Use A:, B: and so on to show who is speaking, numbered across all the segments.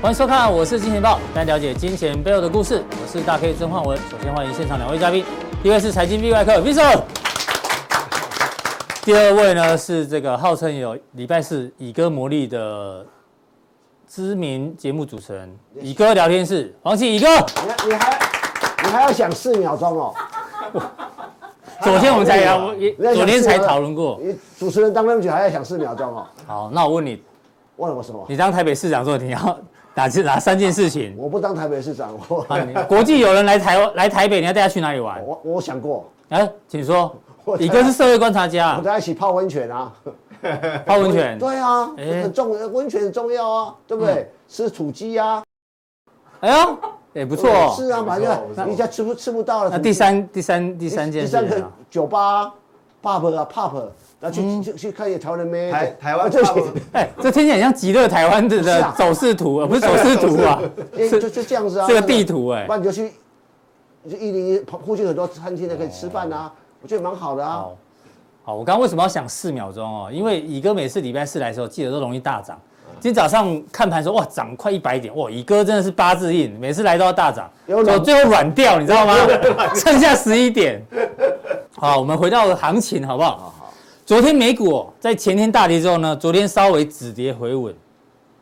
A: 欢迎收看，我是金钱豹，带您了解金钱背后的故事。我是大 K 曾焕文。首先欢迎现场两位嘉宾，第一位是财经 B 外客 Vincent，第二位呢是这个号称有礼拜四以哥魔力的知名节目主持人以哥聊天室黄启以哥。
B: 你你还你还要想四秒钟哦，
A: 昨天我们才聊，也
B: 你在想
A: 昨天
B: 四秒
A: 才
B: 钟
A: 讨论过。
B: 你主持人当那么久还要想四秒钟哦，
A: 好，那我问你，
B: 问我什么？
A: 你当台北市长之后，你要哪些哪三件事情？
B: 我不当台北市长，我
A: 啊，你国际友人来台湾来台北，你要带他去哪里玩？
B: 我我想过，
A: 哎，请说
B: 我，
A: 以哥是社会观察家
B: 我
A: 啊，
B: 在一起泡温泉啊，
A: 泡温泉。
B: 对啊，
A: 哎嗯
B: 很重，温泉很重要啊，对不对？吃土鸡啊，
A: 哎呦，也不
B: 不
A: 错哦。
B: 是啊，反
C: 不错
B: 正你家吃不吃不到了。
A: 那
B: 土
A: 第
B: 鸡
A: 三、第三、第
B: 第
A: 三件
B: 第
A: 事
B: 三
A: 情
B: 个
A: 啊，
B: 酒吧、pub 啊、pub，然后
A: 嗯
B: 去去去看一些台湾的妹，啊
C: 台台湾
B: 就
C: pub
A: 哎，这听起来很像极乐台湾的
B: 是
A: 的
B: 啊
A: 走势图，呃不是走势 图啊，
B: 就就就这样子啊，
A: 这个
B: 那
A: 地图哎
B: 不然你就去就一零一旁附近很多餐厅的可以吃饭
A: 哦
B: 啊，我觉得蛮好的啊。
A: 好，好，我刚刚为什么要想四秒钟哦？因为乙哥每次礼拜四来的时候，记得都容易大涨。今天早上看盘说，哇，涨快一百点，哇，乙哥真的是八字硬，每次来都要大涨，
B: 有
A: 走
B: 软
A: 最后软掉，你知道吗？剩下十一点。好，我们回到行情好不好？昨天美股、哦、在前天大跌之后呢，昨天稍微止跌回稳，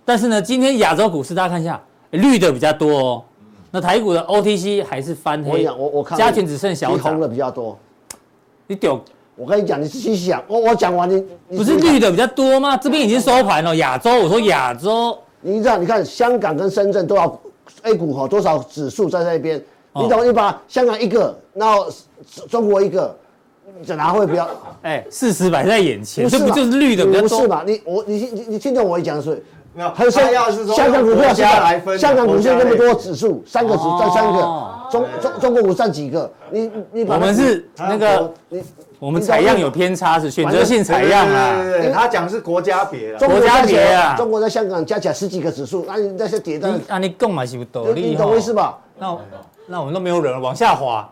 A: 但是呢，今天亚洲股市大家看一下，绿的比较多哦。那台股的 OTC 还是翻
B: 我跟你
A: 黑，
B: 讲，我我看
A: 加哎权只剩小
B: 你红
A: 涨
B: 的，比较多。
A: 你丢
B: 我跟你讲，你自己想，我我讲完你你
A: 不是绿的比较多吗？这边已经收盘了，亚洲，我说亚洲，
B: 你知道，你看香港跟深圳都要 A 股哈、多少指数在那边？
A: 哦
B: 你懂？你把香港一个，然后中国一个，这哪会比较？
A: 哎，事实摆在眼前，
B: 不
A: 这
B: 是
A: 不
B: 嘛
A: 就是绿的比较
B: 不是
A: 多？
B: 嘛？你我你你你听懂我讲的是？
C: 没有，
B: 还是
C: 他要是说
B: 香港股票
C: 国
B: 是
C: 家来分的，
B: 香港股
C: 国
B: 市
C: 家哦
B: 那么多
C: 类
B: 指数，三个指占三个，中中中国股占几个？你你把
A: 我们是
B: 啊
A: 那个，
B: 你
A: 我们采样有偏差，是选择性采样
C: 对对
A: 啊。
C: 对对对他讲是国家别啦
B: 中国
A: 国家
B: 加起来
A: 别啊
B: 中国在香港加起来十几个指数，那你那些跌的
A: 你，啊，你购买是不是斗
B: 你
A: 笠
B: 你懂我意思？吧？
A: 那我那我们都没有人了往下滑，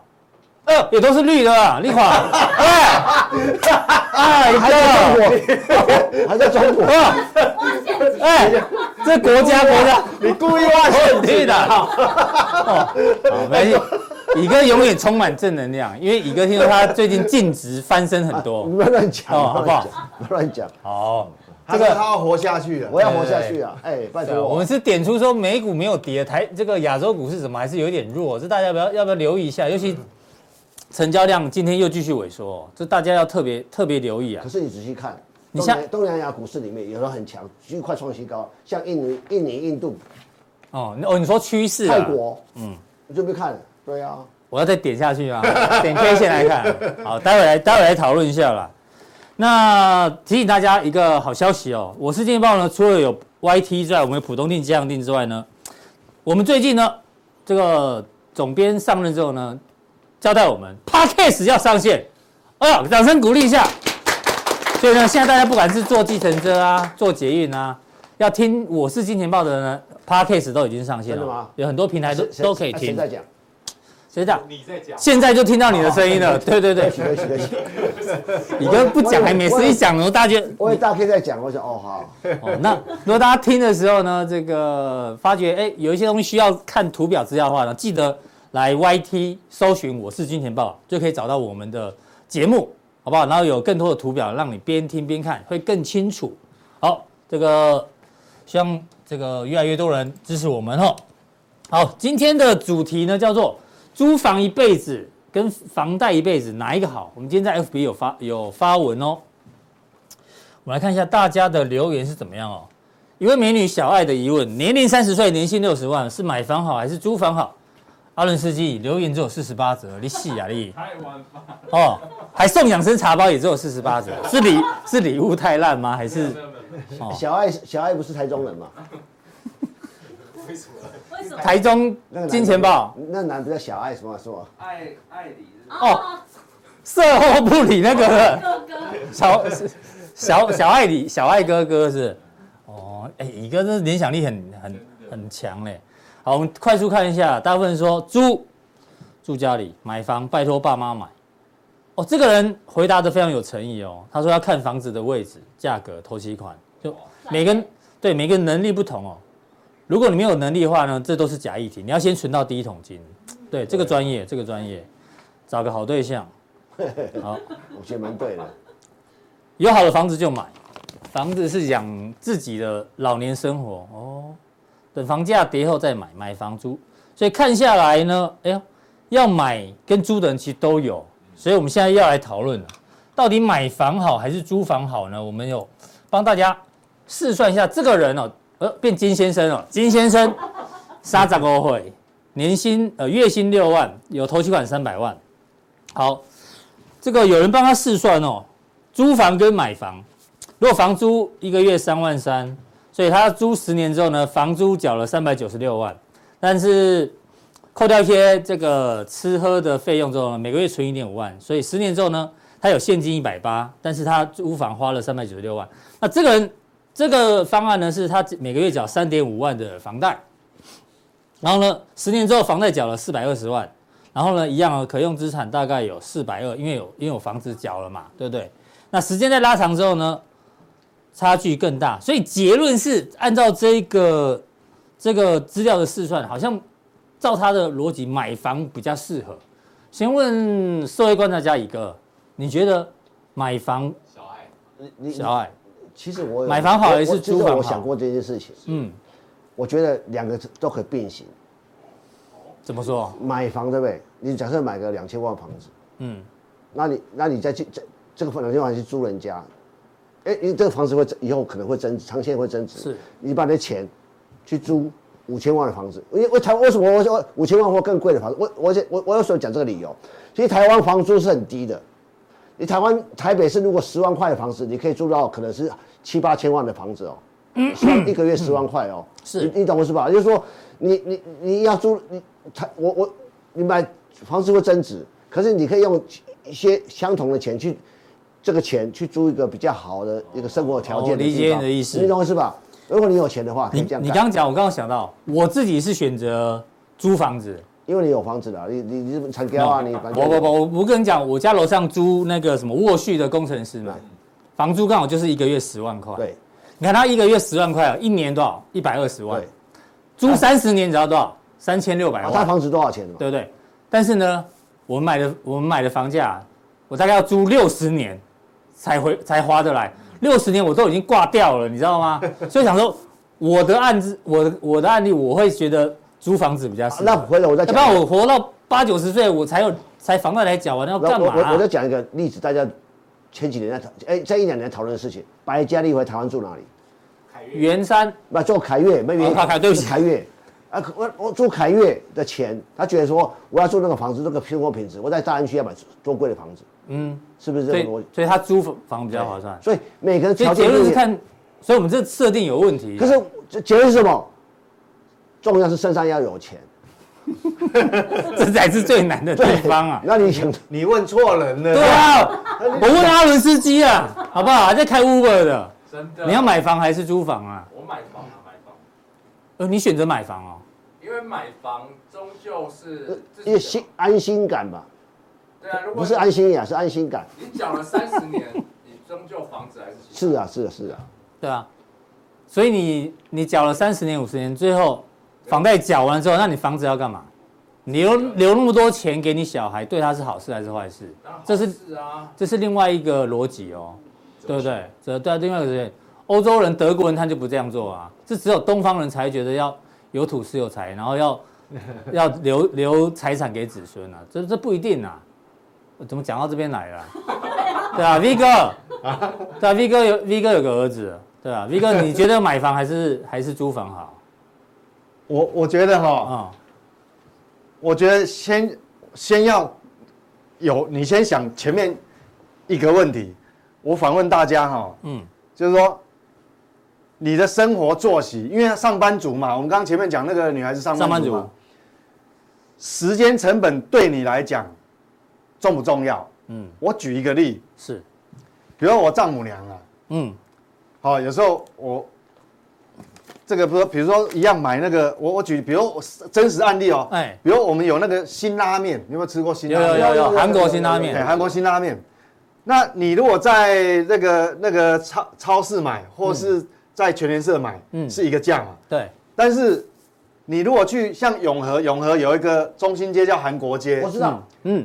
A: 呃，也都是绿的啊， 立华，哎，哎，
B: 还在中
A: 啊
B: 国，还在中国，
A: 哥，哎，这国家国家。
C: 你故意挖
A: 我
C: 陷
A: 很绿
C: 阱
A: 的。哦，好，没关系。乙哥永远充满正能量，因为乙哥听说他最近净值翻身很多
B: 你。不要乱讲，
A: 哦好
B: 不
A: 不
B: 要乱
A: 好
B: 讲，不要乱讲，
A: 好，
C: 这个他要活下去了。
B: 我要活下去啊！哎，拜
A: 对啊
B: 托，
A: 我们是点出说美股没有跌，台这个亚洲股市怎么还是有点弱，这大家要不要要不要留意一下？尤其成交量今天又继续萎缩，这大家要特别特别留意啊
B: 可。是你仔细看，
A: 你
B: 东
A: 像
B: 南东南亚股市里面有的很强，继续快创新高，像印尼、印尼、印度、
A: 哦，你哦，你说趋势
B: 泰
A: 啊？
B: 国，嗯，你准备看？对啊，
A: 我要再点下 去啊，点 K 线来看。好，待会来待会来讨论一下啦。那提醒大家一个好消息哦，我是电报呢，除了有 YT 之外，我们有浦东定、江定之外呢，我们最近呢，这个总编上任之后呢，交代我们 Podcast 要上线，哎呦，掌声鼓励一下。所以呢，现在大家不管是坐计程车啊，坐捷运啊，要听《我是金钱豹》的呢，Podcast 都已经上线
B: 真的
A: 了
B: 吗，
A: 有很多平台都
B: 谁
A: 都可以
B: 谁
A: 听。
B: 啊在讲？
A: 谁的？
C: 你在讲，
A: 现在就听到你的声音了。对对对，
B: 对不起对不起，
A: 你哥不讲还没
B: 我
A: 事，
B: 也
A: 一讲了大家就
B: 我也大 K 在讲，我想哦好，
A: 哦。那如果大家听的时候呢，这个发觉哎有一些东西需要看图表资料的话呢，记得来 YT 搜寻“我是金钱豹”，就可以找到我们的节目，好不好？然后有更多的图表让你边听边看，会更清楚。好，这个希望这个越来越多人支持我们哦。好，今天的主题呢叫做租房一辈子跟房贷一辈子哪一个好？我们今天在 FB 有发有发文哦。我们来看一下大家的留言是怎么样哦。一位美女小爱的疑问：年龄三十岁，年薪六十万，是买房好还是租房好？阿伦斯基留言只有四十八折，你细啊你！太晚哦，还送养生茶包也只有四十八折，是礼是礼物太烂吗？还是哦
B: 小爱小爱不是台中人嘛？
D: 为什么？
A: 台中
B: 那个男的
A: 金钱豹？
B: 那男的叫小爱什么什么？
D: 啊
E: 爱爱理是
A: 哦，售后不理那个
D: 哥哥
A: 小小小爱你，小爱哥哥是，哦，哎、乙哥这联想力很很很强嘞。好，我们快速看一下，大部分人说租，住家里买房，拜托爸妈买。哦，这个人回答的非常有诚意哦，他说要看房子的位置、价格、头期款，就每个人对每个人能力不同哦。如果你没有能力的话呢，这都是假议题，你要先存到第一桶金。对，这个专业，这个专业，找个好对象。好，
B: 我觉得蛮对的。
A: 有好的房子就买，房子是养自己的老年生活哦。等房价跌后再买，买房租。所以看下来呢，哎呦，要买跟租的人其实都有，所以我们现在要来讨论了，到底买房好还是租房好呢？我们有帮大家试算一下，这个人哦，呃，变金先生哦，金先生，沙扎欧会，年薪呃月薪六万，有头期款三百万。好，这个有人帮他试算哦，租房跟买房，如果房租一个月三万三，所以他租十年之后呢，房租缴了三百九十六万，但是扣掉一些这个吃喝的费用之后呢，每个月存一点五万，所以十年之后呢，他有现金一百八，但是他租房花了三百九十六万。那这个人这个方案呢，是他每个月缴三点五万的房贷，然后呢，十年之后房贷缴了四百二十万，然后呢，一样哦，可用资产大概有四百二，因为有因为有房子缴了嘛，对不对？那时间在拉长之后呢，差距更大。所以结论是，按照这个这个资料的试算，好像照他的逻辑，买房比较适合。先问社会观察家乙哥，你觉得买房
B: 你你
A: 小爱，
B: 其实我有
A: 买房好还是
B: 我我
A: 租房好
B: 我想过这件事情，
A: 嗯，
B: 我觉得两个都可以并行。
A: 怎么说？
B: 买房对不对？你假设买个两千万的房子，
A: 嗯，
B: 那你那你再去这这个房两千万去租人家，哎、因为这个房子会以后可能会增值，长线会增值。
A: 是，
B: 你把你的钱去租五千万的房子，因为为台为什么我说五千万或更贵的房子？我我我我有时候讲这个理由，其实台湾房租是很低的。你台湾台北市如果十万块的房子，你可以租到可能是七八千万的房子哦，十万一个月十万块哦，
A: 是
B: 你你懂我是吧？就是说你你你要租你台我我你买房子会增值，可是你可以用一些相同的钱去这个钱去租一个比较好的一个生活条件
A: 哦
B: 的地方、
A: 理解你的意思
B: 你懂我是吧？如果你有钱的话，可
A: 你
B: 以这样干。
A: 你刚刚讲，我刚刚想到，我自己是选择租房子。
B: 因为你有房子了，你你你是产掉啊，你反正
A: 我我我我跟你讲，我家楼上租那个什么卧室的工程师嘛，房租刚好就是一个月十万块。
B: 对
A: 你看他一个月十万块哦，一年多少？一百二十万
B: 对，，
A: 租三十年只要多少？三千六百
B: 啊
A: 万，
B: 他房子多少钱嘛？
A: 对不对？但是呢，我买的我们买的房价，啊我大概要租六十年才回才划得来，六十年我都已经挂掉了，你知道 吗？所以想说我的案子，我的我的案例，我会觉得租房子比较适
B: 啊
A: 合。
B: 那回来我再
A: 要
B: 讲
A: 不。然我活到八九十岁，我才有才房贷来缴完，要
B: 那
A: 干
B: 我
A: 嘛、
B: 我我再
A: 啊？
B: 讲一个例子，大家前几年在讨，哎、这一两年讨论的事情，白嘉丽回台湾住哪里？
A: 圆山
B: 那住凯悦，没原
A: 哦
B: 因，
A: 凯凯对不起
B: 凯悦。啊，可我我住凯悦的钱，他觉得说我要住那个房子，这个生活品质，我在大安区要买多贵的房子，
A: 嗯，
B: 是不是这
A: 所
B: 个
A: 以
B: 逻辑？哎
A: 所以他租房房比较划算。
B: 所以每个人
A: 所以
B: 条
A: 结
B: 件不
A: 论
B: 一
A: 是
B: 样
A: 看，啊所以我们这设定有问题。
B: 可是这结论是什么？重要是身上要有钱。
A: 这才是最难的地方啊！
B: 那你想，
C: 你问错人了。
A: 对啊，我问阿伦斯基啊，好不好？还在开 Uber 的，
D: 真的，
A: 你要买房还是租房啊？
D: 我买房啊，买房，
A: 呃，你选择买房哦。
D: 因为买房终究
A: 呃
D: 是自己
B: 一个
D: 的
B: 心安心感吧，
D: 对啊，如果
B: 不是安心呀，是安心感。
D: 你缴了三十年， 你终究房子还是
B: 是啊，是啊，是啊。
A: 对啊，所以你你缴了三十年、五十年，最后房贷缴完之后，那你房子要干嘛？你留留那么多钱给你小孩，对他是好事还是坏事？这是
D: 是啊，
A: 这是另外一个逻辑哦，对不对？这对啊，另外一个逻辑，欧洲人、德国人他就不这样做啊，这只有东方人才觉得要有土是有财，然后要要留留财产给子孙啊，这这不一定啊。我怎么讲到这边来了啊、对啊，V 哥，对啊，V 哥有 V 哥有个儿子，对啊，V 哥，你觉得买房还是还是租房好？
C: 我我觉得哈，
A: 啊、
C: 我觉得先先要有你先想前面一个问题，我反问大家哈，
A: 嗯
C: 嗯，就是说你的生活作息，因为上班族嘛，我们刚刚前面讲那个女孩子上
A: 上班
C: 班
A: 族
C: 族嘛，时间成本对你来讲重不重要？
A: 嗯
C: 嗯，我举一个例，
A: 是，
C: 比如我丈母娘啊，
A: 嗯，
C: 好、有时候我这个不是，比如说一样买那个，我我举，比如我真实案例哦，
A: 哎
C: 比如我们有那个辛拉面，你有没有吃过辛
A: 有
C: 拉
A: 有
C: 面？
A: 有有
B: 有
A: 韩国辛拉
C: 对，
A: 面，
C: 哎韩国辛拉面。那你如果在那个那个超超市买，或是在全联社买，
A: 嗯
C: 是一个价嘛。
A: 对，
C: 但是你如果去像永和，永和有一个中心街叫韩国街
B: 我，知道，
A: 嗯，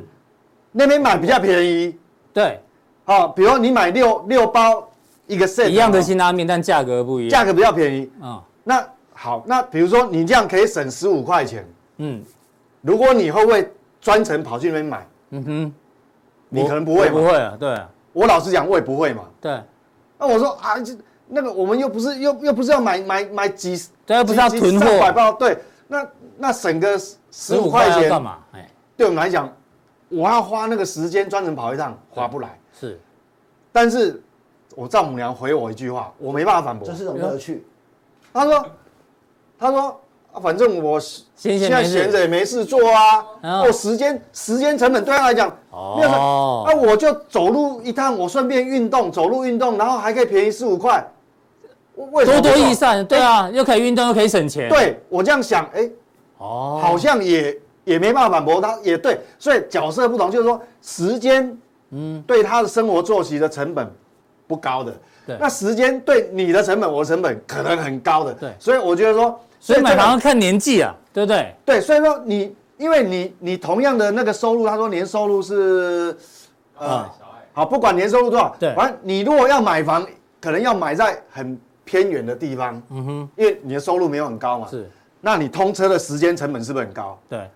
C: 那边买比较便宜。
A: 对，
C: 好、比如你买六六包一个 set
A: 一样的
C: 哦
A: 辛拉面，但价格不一样，
C: 价格比较便宜。
A: 啊，
C: 那好，那比如说你这样可以省十五块钱，
A: 嗯
C: 如果你会不会专程跑去那边买？
A: 嗯哼，
C: 你
A: 我
C: 可能不会
A: 我不
C: 嘛。
A: 会啊，对啊
C: 我老实讲，我也不会嘛。
A: 对，
C: 那我说啊，这那个我们又不是又又不是要买买买几，
A: 对，啊不是要
C: 几
A: 囤
C: 几上百
A: 货，
C: 包，对，那那省个十五
A: 15
C: 块
A: 要干
C: 钱，
A: 嘛？哎，
C: 对我们来讲，我要花那个时间专程跑一趟，划不来。
A: 是，
C: 但是我丈母娘回我一句话，我没办法反驳
B: 这，是种乐趣。
C: 她说，她说。啊反正我是
A: 闲
C: 现
A: 闲
C: 在
A: 没事
C: 闲着也没事做啊，
A: 嗯
C: 我时间时间成本对她来讲，没有说
A: 哦
C: 那，我就走路一趟，我顺便运动，走路运动，然后还可以便宜十五块，我为什么
A: 多
C: 不
A: 多
C: 做
A: 益善，对啊，又可以运动，又可以省钱，，
C: 对我这样想，哎、
A: 哦，
C: 好像也也没办法反驳他，也对，所以角色不同，就是说时间，嗯，对他的生活作息的成本不高的，
A: 对
C: 那时间对你的成本，我的成本可能很高的，
A: 对
C: 所以我觉得说，
A: 所以
C: 这
A: 买
C: 个
A: 房要看年纪啊，对不对？
C: 对，所以说你因为你你同样的那个收入，他说年收入是，呃
A: 啊，
D: 哎小爱，
C: 好，不管年收入多少，
A: 对
C: 反正你如果要买房，可能要买在很偏远的地方，
A: 嗯哼，
C: 因为你的收入没有很高嘛，
A: 是，
C: 那你通车的时间成本是不是很高？
A: 对，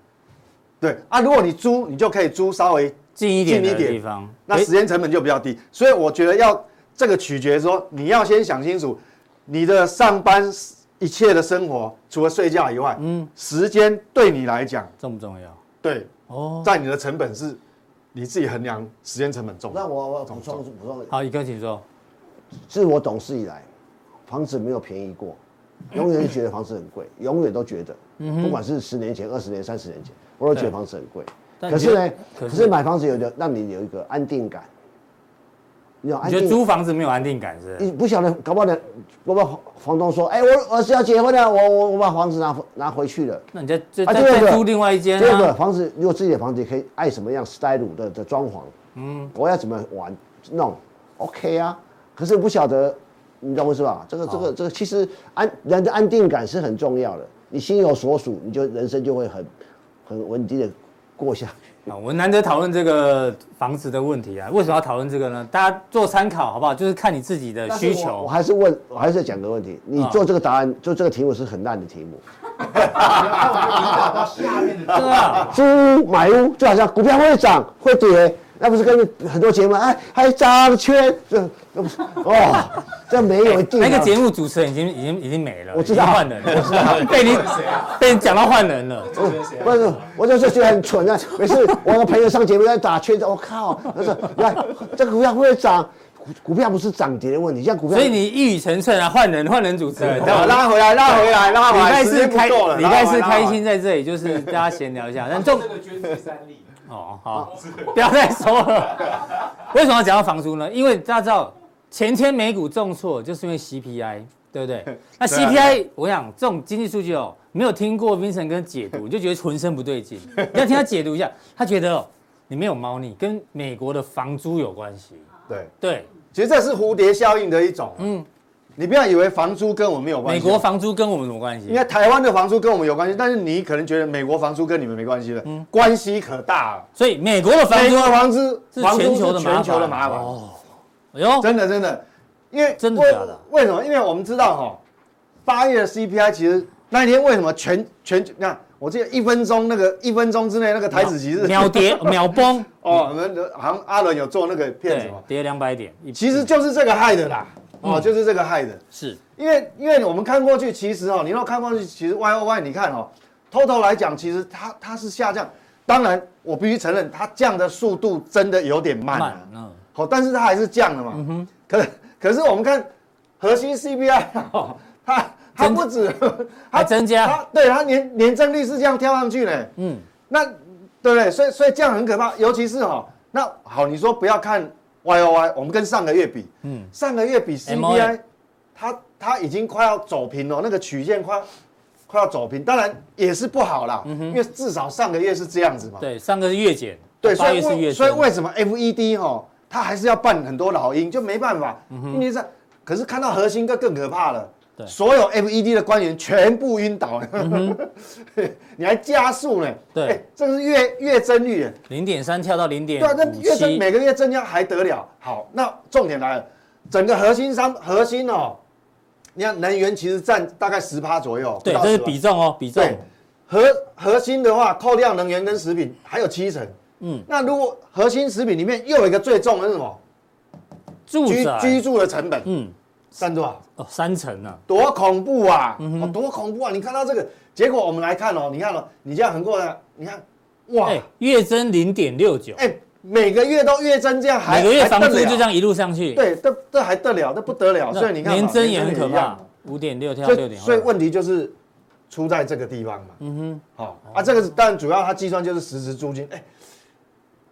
C: 对啊，如果你租，你就可以租稍微，
A: 近一点
C: 近
A: 的
C: 一点
A: 地方，
C: 那
A: 诶
C: 时间成本就比较低。所以我觉得要这个取决说，你要先想清楚你的上班一切的生活，除了睡觉以外，嗯，时间对你来讲，
A: 重不重要？
C: 对，
A: 哦，
C: 在你的成本是你自己衡量时间成本重。
B: 那我我
C: 重
B: 补充
C: 重
B: 补充，
A: 好，宇哥请说。
B: 自我懂事以来，房子没有便宜过，永远觉得房子很贵，永远都觉得，
A: 嗯
B: 不管是十年前、二十年、三十年前，我都觉得房子很贵。
A: 但
B: 可是呢，
A: 可
B: 可
A: 是
B: 是买房子有的让你有一个安定感，你有
A: 你
B: 安
A: 觉得
B: 定
A: 租房子没有安定感
C: 嗯
A: 是不是？
B: 你不晓得，搞不好呢，搞不好房东说，哎、我儿子要结婚了，我我我把房子拿拿回去了。
A: 那你再再
B: 啊
A: 再
B: 第二个
A: 再租另外一间
B: 第二个
A: 啊？
B: 房子，如果自己的房子可以爱什么样 style 的的装潢，嗯，我要怎么玩弄，OK 啊。可是不晓得，你懂我意思吧？这个这个
A: 哦
B: 这个，其实安人的安定感是很重要的。你心有所属，你就人生就会很很稳定的过下去。
A: 啊，我们难得讨论这个房子的问题啊，为什么要讨论这个呢？大家做参考好不好？就是看你自己的需
B: 但是我我
A: 求。啊
B: 还是问，我还是讲个问题。你做这个答案，做这个题目是很烂的题目。
A: 对啊，
B: 租屋买屋就好像股票会涨会跌，那不是跟很多节目哎还张圈这那不是哦， 这没有一定啊、
A: 哎那个节目主持人已经已经已经没了，
B: 我知道
A: 已经换人了，被你被你讲到换人了。
B: 不是，我就是觉得很蠢啊！每次我的朋友上节目在打圈子，我、哦靠，他说来这个股票会涨，股股票不是涨跌的问题，像股票
A: 所以你一语成谶啊，换人换人主持人。
C: 对拉回来，拉回来，拉回
A: 礼
C: 来。
A: 拜
C: 时
A: 四
C: 间不
A: 开
C: 够了
A: 礼拜四
C: 拉回来
A: 开心在这里，就是大家闲聊一下。但重
E: 这个捐助三例，
A: 哦，好， 不要再说了。为什么要讲到房租呢？因为大家知道前天美股重挫，就是因为 CPI，对 不对？
C: 啊
A: 那 CPI，我想这种经济数据哦，没有听过 Vincent 跟解读，你就觉得浑身不 对劲。你要听他解读一下，他觉得哦，你没有猫腻，跟美国的房租有关系。
C: 对，
A: 对，
C: 其实这是蝴蝶效应的一种。嗯，你不要以为房租跟我们有关
A: 美
C: 系。哦
A: 国房租跟我们有什么关系
C: 应？该台湾的房租跟我们有关系，但是你可能觉得美国房租跟你们没关系了，关系可大了。
A: 所以美国嗯的房
C: 美
A: 租
C: 国，房租
A: 是
C: 房租
A: 全球
C: 是
A: 的麻
C: 全球的
A: 烦
C: 麻烦，
A: 哎呦，
C: 真的真的，因为
A: 真的
C: 为
A: 假的
C: 为什么？因为我们知道哈，八月的 CPI 其实那一天为什么全全你看，我记得一分钟那个一分钟之内那个台子其实
A: 哦秒跌秒崩，
C: 哦，我们好像阿伦有做那个片子
A: 对嗯
C: 嘛，，
A: 跌两百点，
C: 其实就是这个害的啦，哦，就是这个害的。
A: 是
C: 因为因为我们看过去，其实哦，你若看过去，其实 Y O Y 你看哦，total 来讲，其实它它是下降。当然，我必须承认，它降的速度真的有点慢、啊
A: 慢，，嗯，
C: 好、但是它还是降了嘛。可可是我们看核心 C P I 哦， 它它
A: 增
C: 不止它
A: 还增加，
C: 它对它年年增率是这样跳上去呢。
A: 嗯。
C: 那对不对？所以所以这样很可怕，尤其是哈、那好，你说不要看 Y O Y，我们跟上个月比，嗯，上个月比 C P
A: MOM
C: I，它它已经快要走平了，那个曲线快要快要走平，当然也是不好啦，
A: 嗯
C: 因为至少上个月是这样子嘛，
A: 对，上个是月减，
C: 对，所
A: 啊八
C: 以
A: 月是
C: 为
A: 月
C: 所以
A: 增
C: 为什么 FED 哈，哦它还是要办很多老鹰，就没办法，因为这可是看到核心更更可怕了
A: 对。嗯
C: 所有 FED 的官员全部晕倒， 你还加速呢？
A: 对
C: 哎这个是月月增率耶，
A: 零点三跳到零点
C: 对啊，那
A: 五
C: 月增
A: 七，
C: 每个月增加还得了？好，那重点来了，整个核心商核心哦，你看能源其实占大概十趴左右，
A: 对，
C: 不到
A: 这是
C: 10%
A: 比重哦，比重
C: 对，核核心的话，扣掉能源跟食品，还有七成。
A: 嗯
C: 嗯，那如果核心食品里面又有一个最重的是什么？
A: 住
C: 居居
A: 宅，
C: 住的成本
A: 嗯，
C: 占多少？
A: 哦，三成啊，
C: 多恐怖啊！
A: 嗯
C: 哦多恐怖啊！你看到这个结果，我们来看哦，你看哦，你这样横过来，你看，哇，
A: 哎，月增零点六九，
C: 哎，每个月都月增这样，哎还
A: 每个月房租就这，
C: 还得了
A: 样一路上去，
C: 对，这这还得了，这不得了。
A: 那
C: 所以你看嘛，
A: 年增也很可
C: 一样
A: 怕
C: 嘛，
A: 五点六跳
C: 所
A: 到六
C: 以
A: 点
C: 所以
A: 二，
C: 问题就是出在这个地方嘛。嗯哼，好啊，这个是当然主要它计算就是实时租金，哎、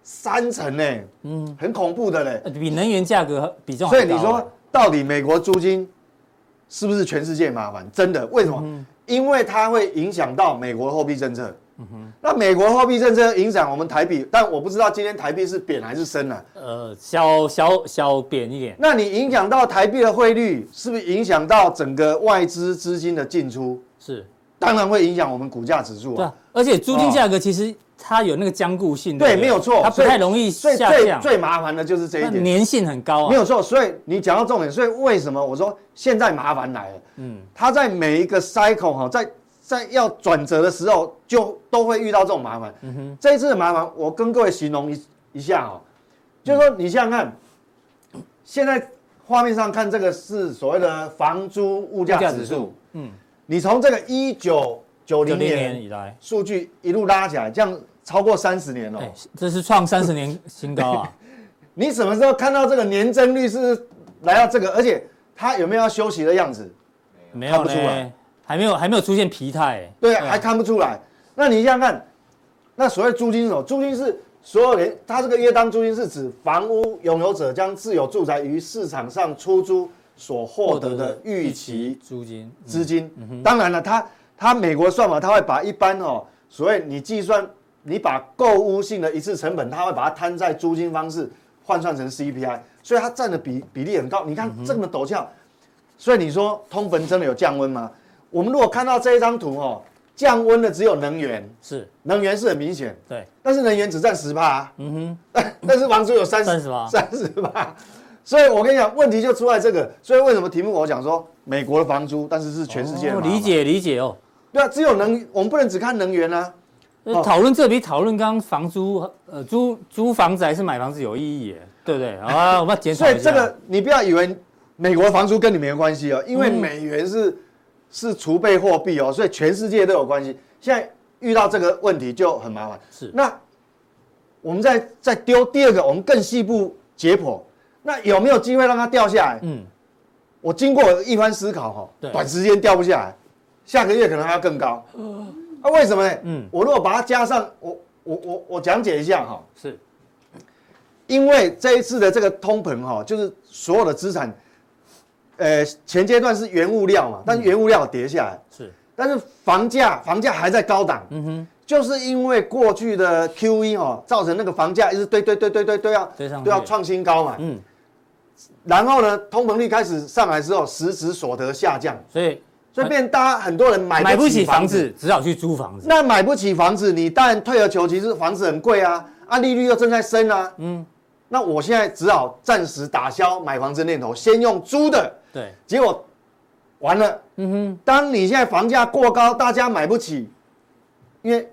C: 三成呢、嗯，很恐怖的嘞、
A: 呃比能源价格比重还
C: 所
A: 高
C: 以
A: 啊
C: 你说到底美国租金是不是全世界麻烦？真的？为什么？因为它会影响到美国的货币政策。那美国货币政策影响我们台币，但我不知道今天台币是贬还是升了、啊
A: 呃，小小小扁一点，
C: 那你影响到台币的汇率，是不是影响到整个外资资金的进出？
A: 是
C: 当然会影响我们股价指数
A: 对
C: 啊
A: 啊。，而且租金价格其实它有那个僵固性，
C: 哦对，
A: 不
C: 没有错，
A: 它不
C: 所以
A: 太容易
C: 所以
A: 下
C: 最
A: 降，
C: 最麻烦的就是这
A: 那
C: 一点，
A: 粘性很高
C: 没
A: 啊，
C: 有错。所以你讲到重点，所以为什么我说现在麻烦来了？嗯，它在每一个 cycle 哈，在在要转折的时候，就都会遇到这种麻烦。嗯哼，这一次的麻烦，我跟各位形容一一下哈，就是说你想想看，现在画面上看这个是所谓的房租物价
A: 物价指
C: 指
A: 数
C: 数，嗯，你从这个一九九
A: 九
C: 零
A: 零
C: 年
A: 年以来，
C: 数据一路拉起来，这样超过三十年了、
A: 哎，这是创三十年新高 啊，
C: 你什么时候看到这个年增率是来到这个？而且它有没有要休息的样子？
A: 没有
C: 看不出
A: 呢
C: 来，
A: 还没有还没有出现疲态，
C: 对，
A: 啊
C: 还看不出来。那你想想看，那所谓租金是什么？租金是所有人，它这个约当租金是指房屋拥有者将自有住宅于市场上出租所获得的预期
A: 租金，
C: 资金。当然了，它它美国算法，它会把一般哦，所谓你计算，你把购物性的一次成本，它会把它摊在租金方式换算成 CPI，所以它占的比比例很高。你看这么陡峭，所以你说通膨真的有降温吗？我们如果看到这一张图哦，降温的只有能源，
A: 是
C: 能源是很明显，
A: 对，
C: 但是能源只占十趴，嗯哼，但 是房租有三
A: 30%
C: 三十趴，所以我跟你讲，问题就出在这个，所以为什么题目我讲说美国的房租，但是是全世界的、
A: 哦理，解理解哦。
C: 对啊，只有能，我们不能只看能源啊，
A: 呃讨论这比讨论刚刚房租，呃，租租房子还是买房子有意义耶，对 不对？好啊，我们要检讨
C: 所
A: 一
C: 以
A: 下。
C: 这个你不要以为美国房租跟你没有关系哦，因
A: 嗯
C: 为美元是、是储备货币哦，所以全世界都有关系。现在遇到这个问题就很麻烦。
A: 是
C: 那我们再再丢第二个，我们更细部解剖，那有没有机会让它掉下来？
A: 嗯，
C: 我经过一番思考哈
A: 对，
C: 短时间掉不下来，下个月可能还要更高。那、为什么呢？
A: 嗯
C: 我如果把它加上，我我我我讲解一下哈，
A: 是
C: 因为这一次的这个通膨哈，就是所有的资产，呃，前阶段是原物料嘛，但原物料跌下来，
A: 是，
C: 但是房价房价还在高档，
A: 嗯哼，
C: 就是因为过去的 Q E 哦，造成那个房价一直堆堆堆堆堆堆啊，
A: 堆上去
C: 都要创新高嘛。
A: 嗯，
C: 然后呢，通膨率开始上来之后，实质所得下降，
A: 所以
C: 所以变大家很多人买
A: 买不起
C: 起
A: 房
C: 房
A: 子，。只好去租房子。
C: 那买不起房子，你当然退而求其次，房子很贵啊，啊利率又正在升啊，嗯，那我现在只好暂时打消买房子念头，先用租的，
A: 对，
C: 结果完了，嗯哼，当你现在房价过高，大家买不起，因为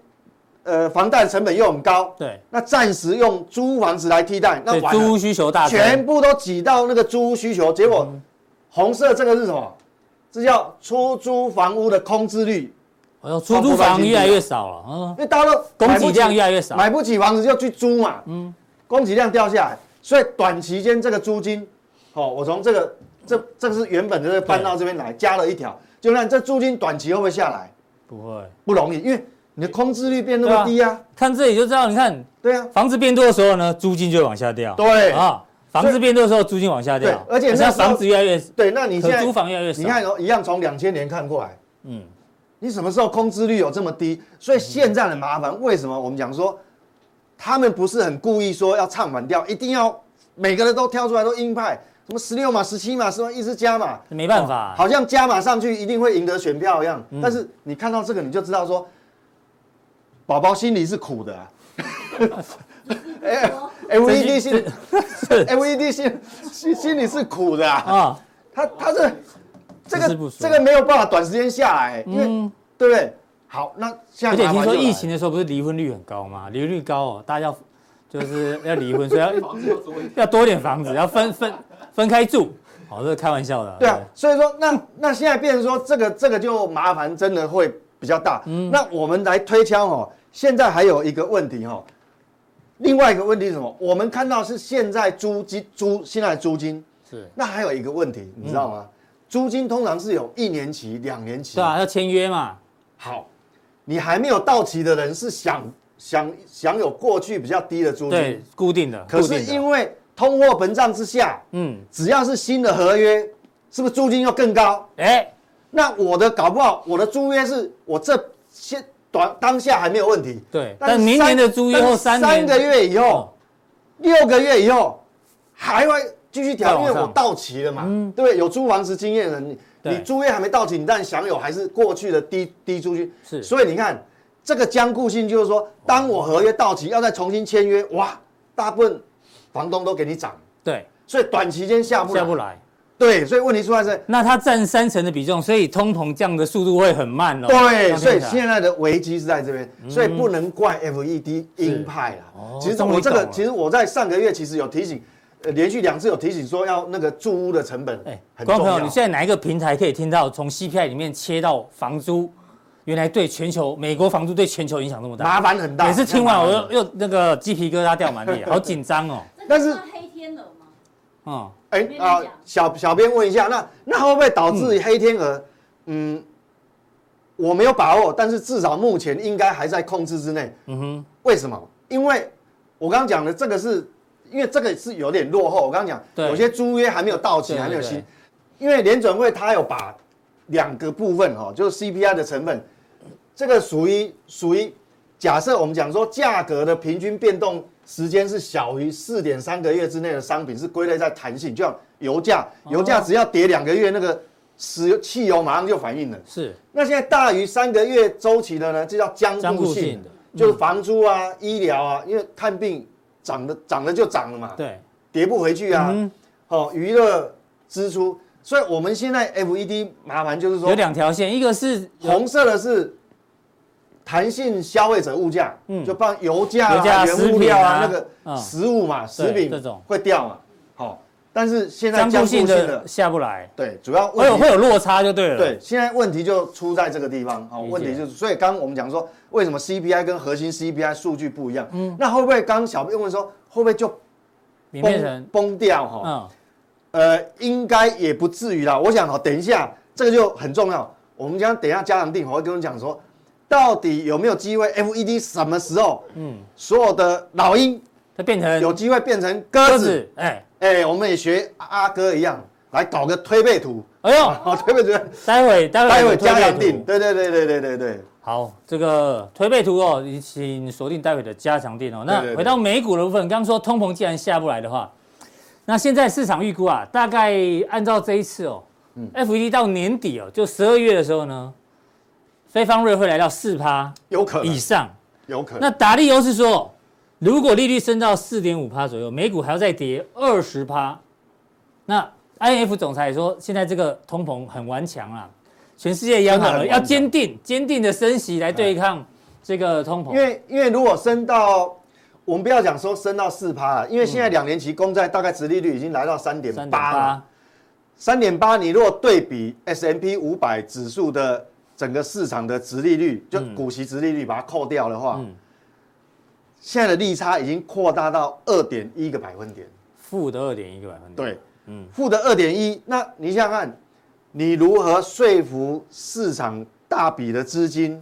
C: 呃房贷成本又很高，
A: 对，
C: 那暂时用租房子来替代，那
A: 对，
C: 完了
A: 租屋需求大增
C: 全部都挤到那个租屋需求，结果
A: 嗯
C: 红色这个是什么？这叫出租房屋的空置率，
A: 哎呦，出租房越来越少了，嗯
C: 因，为大家都
A: 供
C: 买不
A: 给
C: 起
A: 量越来越少。
C: 买不起房子就去租嘛，嗯，供给量掉下来，所以短期间这个租金，哦，我从这个这这是原本的这个搬到这边来，加了一条，就让这租金短期会不会下来？
A: 不会，
C: 不容易，因为你的空置率变那么低啊，
A: 看这里就知道，你看
C: 对啊，
A: 房子变多的时候呢，租金就往下掉。
C: 对
A: 啊，房子变多的时候，租金往下掉
C: 对，而且那
A: 像
C: 时候
A: 房子越来越，
C: 对，那你现
A: 可
C: 在
A: 租房越来越少。
C: 你看哦，一样从两千年看过来，
A: 嗯，
C: 你什么时候空置率有这么低？所以现在很麻烦。为什么我们讲说，他们不是很故意说要唱反调，一定要每个人都挑出来都鹰派，什么十六码、十七码，什么一直加码，
A: 没办法
C: 好像加码上去一定会赢得选票一样。但是你看到这个，你就知道说，宝宝心里是苦的、啊。哎，LED 心，LED 心心心里是苦的啊。
A: 啊，
C: 他他这这
A: 只是不
C: 个
A: 说嗯
C: 这个没有办法短时间下来，因为、对不对？好，那现
A: 而
C: 在
A: 且
C: 麻
A: 听
C: 烦
A: 说
C: 就来
A: 疫情的时候不是离婚率很高吗？离婚率高哦，大家要就是要离婚，所以要
D: 房子又多一点，
A: 要多点房子，要分分分开住。好，这是开玩笑的啊。
C: 对啊，所以说那那现在变成说这个这个就麻烦真的会比较大。
A: 嗯
C: 那我们来推敲哦，现在还有一个问题哦，另外一个问题是什么？我们看到是现在租金租现在的租金，
A: 是，嗯
C: 那还有一个问题，你知道吗？租金通常是有一年期、两年期，
A: 对啊，要签约嘛。
C: 好，你还没有到期的人是想想享有过去比较低的租
A: 对
C: 金，，
A: 固定的。
C: 可
A: 固
C: 是
A: 定的
C: 因为通货膨胀之下，
A: 嗯，
C: 只要是新的合约，是不是租金又更高？
A: 哎，
C: 那我的搞不好我的租约是我这些短当下还没有问题，
A: 对，
C: 是
A: 但明
C: 三
A: 年的租约
C: 但是
A: 后三
C: 三
A: 年哦
C: 个月以后，六个月以后还会继续
A: 再
C: 调，因
A: 往
C: 为我
A: 上嗯
C: 到期了嘛，对不对？有租房时经验的人，你
A: 对
C: 你租约还没到期，你但享有还是过去的低低租金，
A: 是
C: 所以你看这个僵固性就是说，当我合约到期要再重新签约，哇，大部分房东都给你涨，
A: 对
C: 所以短期间下不来
A: 下不来。
C: 对，所以问题出在这。
A: 那它占三成的比重，所以通膨降的速度会很慢哦。这
C: 对，
A: 样
C: 所以
A: 听起来
C: 现在的危机是在这边，所以不能怪 FED 鹰派啦
A: 哦。
C: 其实
A: 终于
C: 我这
A: 懂
C: 个
A: 了，
C: 其实我在上个月其实有提醒，呃，连续两次有提醒说要那个住屋的成本
A: 哎，
C: 很
A: 观
C: 重
A: 众朋友，
C: 要
A: 你。现在哪一个平台可以听到从 CPI 里面切到房租，原来对全球美国房租对全球影响那么大？
C: 麻烦很大。
A: 每次听完
C: 麻
A: 我
C: 烦很
A: 又又那个鸡皮疙瘩掉满 地，好紧张哦。
C: 但是
E: 黑天鹅吗？
A: 嗯，
C: 大哎啊，小小编问一下，那那会不会导致黑天鹅？嗯，我没有把握，但是至少目前应该还在控制之内。
A: 嗯哼，
C: 为什么？因为我刚刚讲的这个是，因为这个是有点落后。我刚刚
A: 对
C: 讲，有些租约还没有到期，
A: 对
C: 还没有
A: 对
C: 新，因为联准会它有把两个部分哦，就是 CPI 的成分，这个属于属于假设我们讲说价格的平均变动时间是小于四点三个月之内的商品是归类在弹性，就像油价，
A: 哦
C: 油价只要跌两个月，那个石油汽油马上就反应了。
A: 是
C: 那现在大于三个月周期的呢，就叫僵
A: 僵
C: 固
A: 固
C: 性
A: 性的，嗯
C: 就是房租啊、医疗啊，因为看病涨的涨了就涨了嘛，
A: 对，
C: 跌不回去啊。
A: 嗯，
C: 哦，娱乐支出，所以我们现在 FED 麻烦就是
A: 有
C: 说，
A: 两条线，一个是
C: 红色的是弹性消费者物价，
A: 嗯
C: 就帮油价、
A: 油价
C: 啊、原物料啊、那
A: 食品啊嗯
C: 个食物嘛、食品
A: 这种
C: 会掉嘛。好，但是现在
A: 僵
C: 僵
A: 固
C: 固性
A: 性的
C: 的，
A: 下不来，
C: 对，主要
A: 会
C: 问
A: 有
C: 题
A: 会有落差就对了。
C: 对，，现在问题就出在这个地方。好，
A: 理解
C: 问题就是，所以刚刚我们讲说，为什么 CPI 跟核心 CPI 数据不一样？嗯，那会不会刚小编问说，会不会就
A: 你变
C: 崩
A: 成
C: 崩掉？哈，
A: 嗯，
C: 呃，应该也不至于啦。我想哦，等一下这个就很重要。我们将等一下家长定，我会跟我们讲说，到底有没有机会 FED 什么时候，嗯，所有的老鹰
A: 它变成
C: 有机会变成鸽子？，
A: 哎，
C: 哎，我们也学阿哥一样，来搞个推背图。
A: 哎呦，
C: 好，推背图，
A: 待会待
C: 啊
A: 会
C: 待会
A: 有推
C: 家
A: 背
C: 长
A: 图
C: 定。对对对对对对对。
A: 好，这个推背图哦，你请锁定待会的加强店哦。那
C: 对对对
A: 回到美股的部分，刚刚说通膨既然下不来的话，那现在市场预估啊，大概按照这一次哦、f
C: 嗯
A: e d 到年底哦，就十二月的时候呢，非方瑞会来到四趴
C: 有可
A: 以
C: 能，
A: 上。
C: 有可能。
A: 那达利欧是说，如果利率升到四点五趴左右，美股还要再跌二十趴。那 INF 总裁也说，现在这个通膨很顽强啊，全世界央
C: 真
A: 行
C: 的很顽
A: 要
C: 强哎
A: 坚定坚定的升息来对抗这个通膨。
C: 因为因为如果升到，我们不要讲说升到四趴了，因为现在两年期公债大概殖利率已经来到三点
A: 三点
C: 八了
A: 八，，
C: 三点八，你如果对比 S M P 五百指数的整个市场的殖利率，就股息殖利率把它扣掉的话，
A: 嗯
C: 现在的利差已经扩大到二点一个百分点。
A: 负的二点一个百分点。，
C: 对，
A: 嗯
C: 负的二点一，那你想想看，你如何说服市场大笔的资金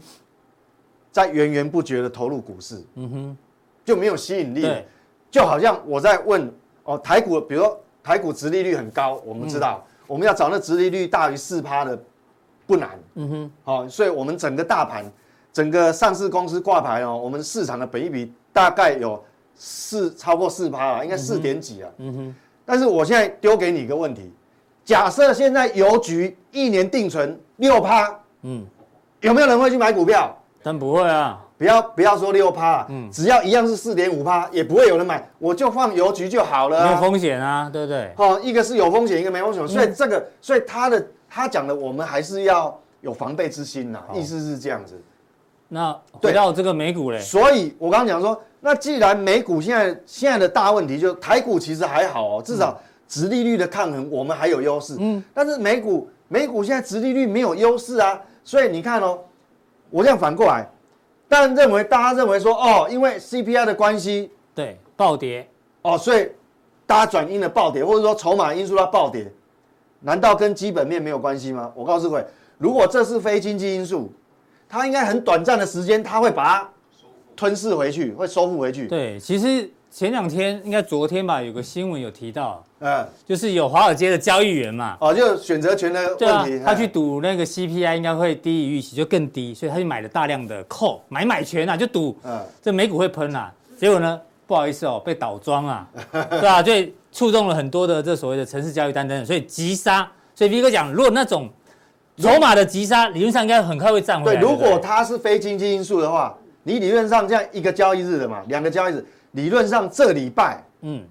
C: 在源源不绝的投入股市？
A: 嗯哼，
C: 就没有吸引力了
A: 对。
C: 就好像我在问哦，台股比如说台股殖利率很高，我们知道、我们要找那殖利率大于四趴的不难，嗯哼，好、所以我们整个大盘，整个上市公司挂牌哦，我们市场的本益比大概有四超过四趴了，应该四点几啊，嗯哼，但是我现在丢给你一个问题，假设现在邮局一年定存六趴，
A: 嗯，
C: 有没有人会去买股票？
A: 但不会啊，
C: 不要不要说六趴，嗯，只要一样是四点五趴，也不会有人买，我就放邮局就好了、
A: 没有
C: 啊。
A: 风险嗯啊，对不对？
C: 哦，一个是有风险，一个没风险，所以这个，所以他的他讲的，我们还是要有防备之心呐、意思是这样子。
A: 那回
C: 对
A: 到这个美股嘞，
C: 所以我刚刚讲说，那既然美股现在现在的大问题，就台股其实还好哦，至少殖利率的抗衡我们还有优势。嗯，但是美股美股现在殖利率没有优势啊，所以你看哦，我这样反过来，但认为大家认为说哦，因为 CPI 的关系
A: 对，暴跌，
C: 哦，所以大家转阴的暴跌，或者说筹码因素它暴跌，难道跟基本面没有关系吗？我告诉各位，如果这是非经济因素，它应该很短暂的时间，它会把它吞噬回去，会收复回去。，
A: 对，其实前两天应该昨天吧，有个新闻有提到，
C: 嗯，
A: 就是有华尔街的交易员嘛，
C: 哦，就选择权的
A: 对啊
C: 问题，，
A: 他
C: 哎
A: 去赌那个 CPI 应该会低于预期，就更低，所以他就买了大量的 call 买买权啊，就赌
C: 嗯，
A: 这美股会喷啊。结果呢，不好意思哦，被倒装啊， 对啊，所以触动了很多的这所谓的城市交易单等等，所以急杀。所以 V 哥讲，如果那种筹码的急杀，理论上应该很快会站回
C: 对，
A: 来。
C: 如
A: 不
C: 果它是非经济因素的话，你理论上这样一个交易日的嘛，两个交易日，理论上这礼拜
A: 嗯，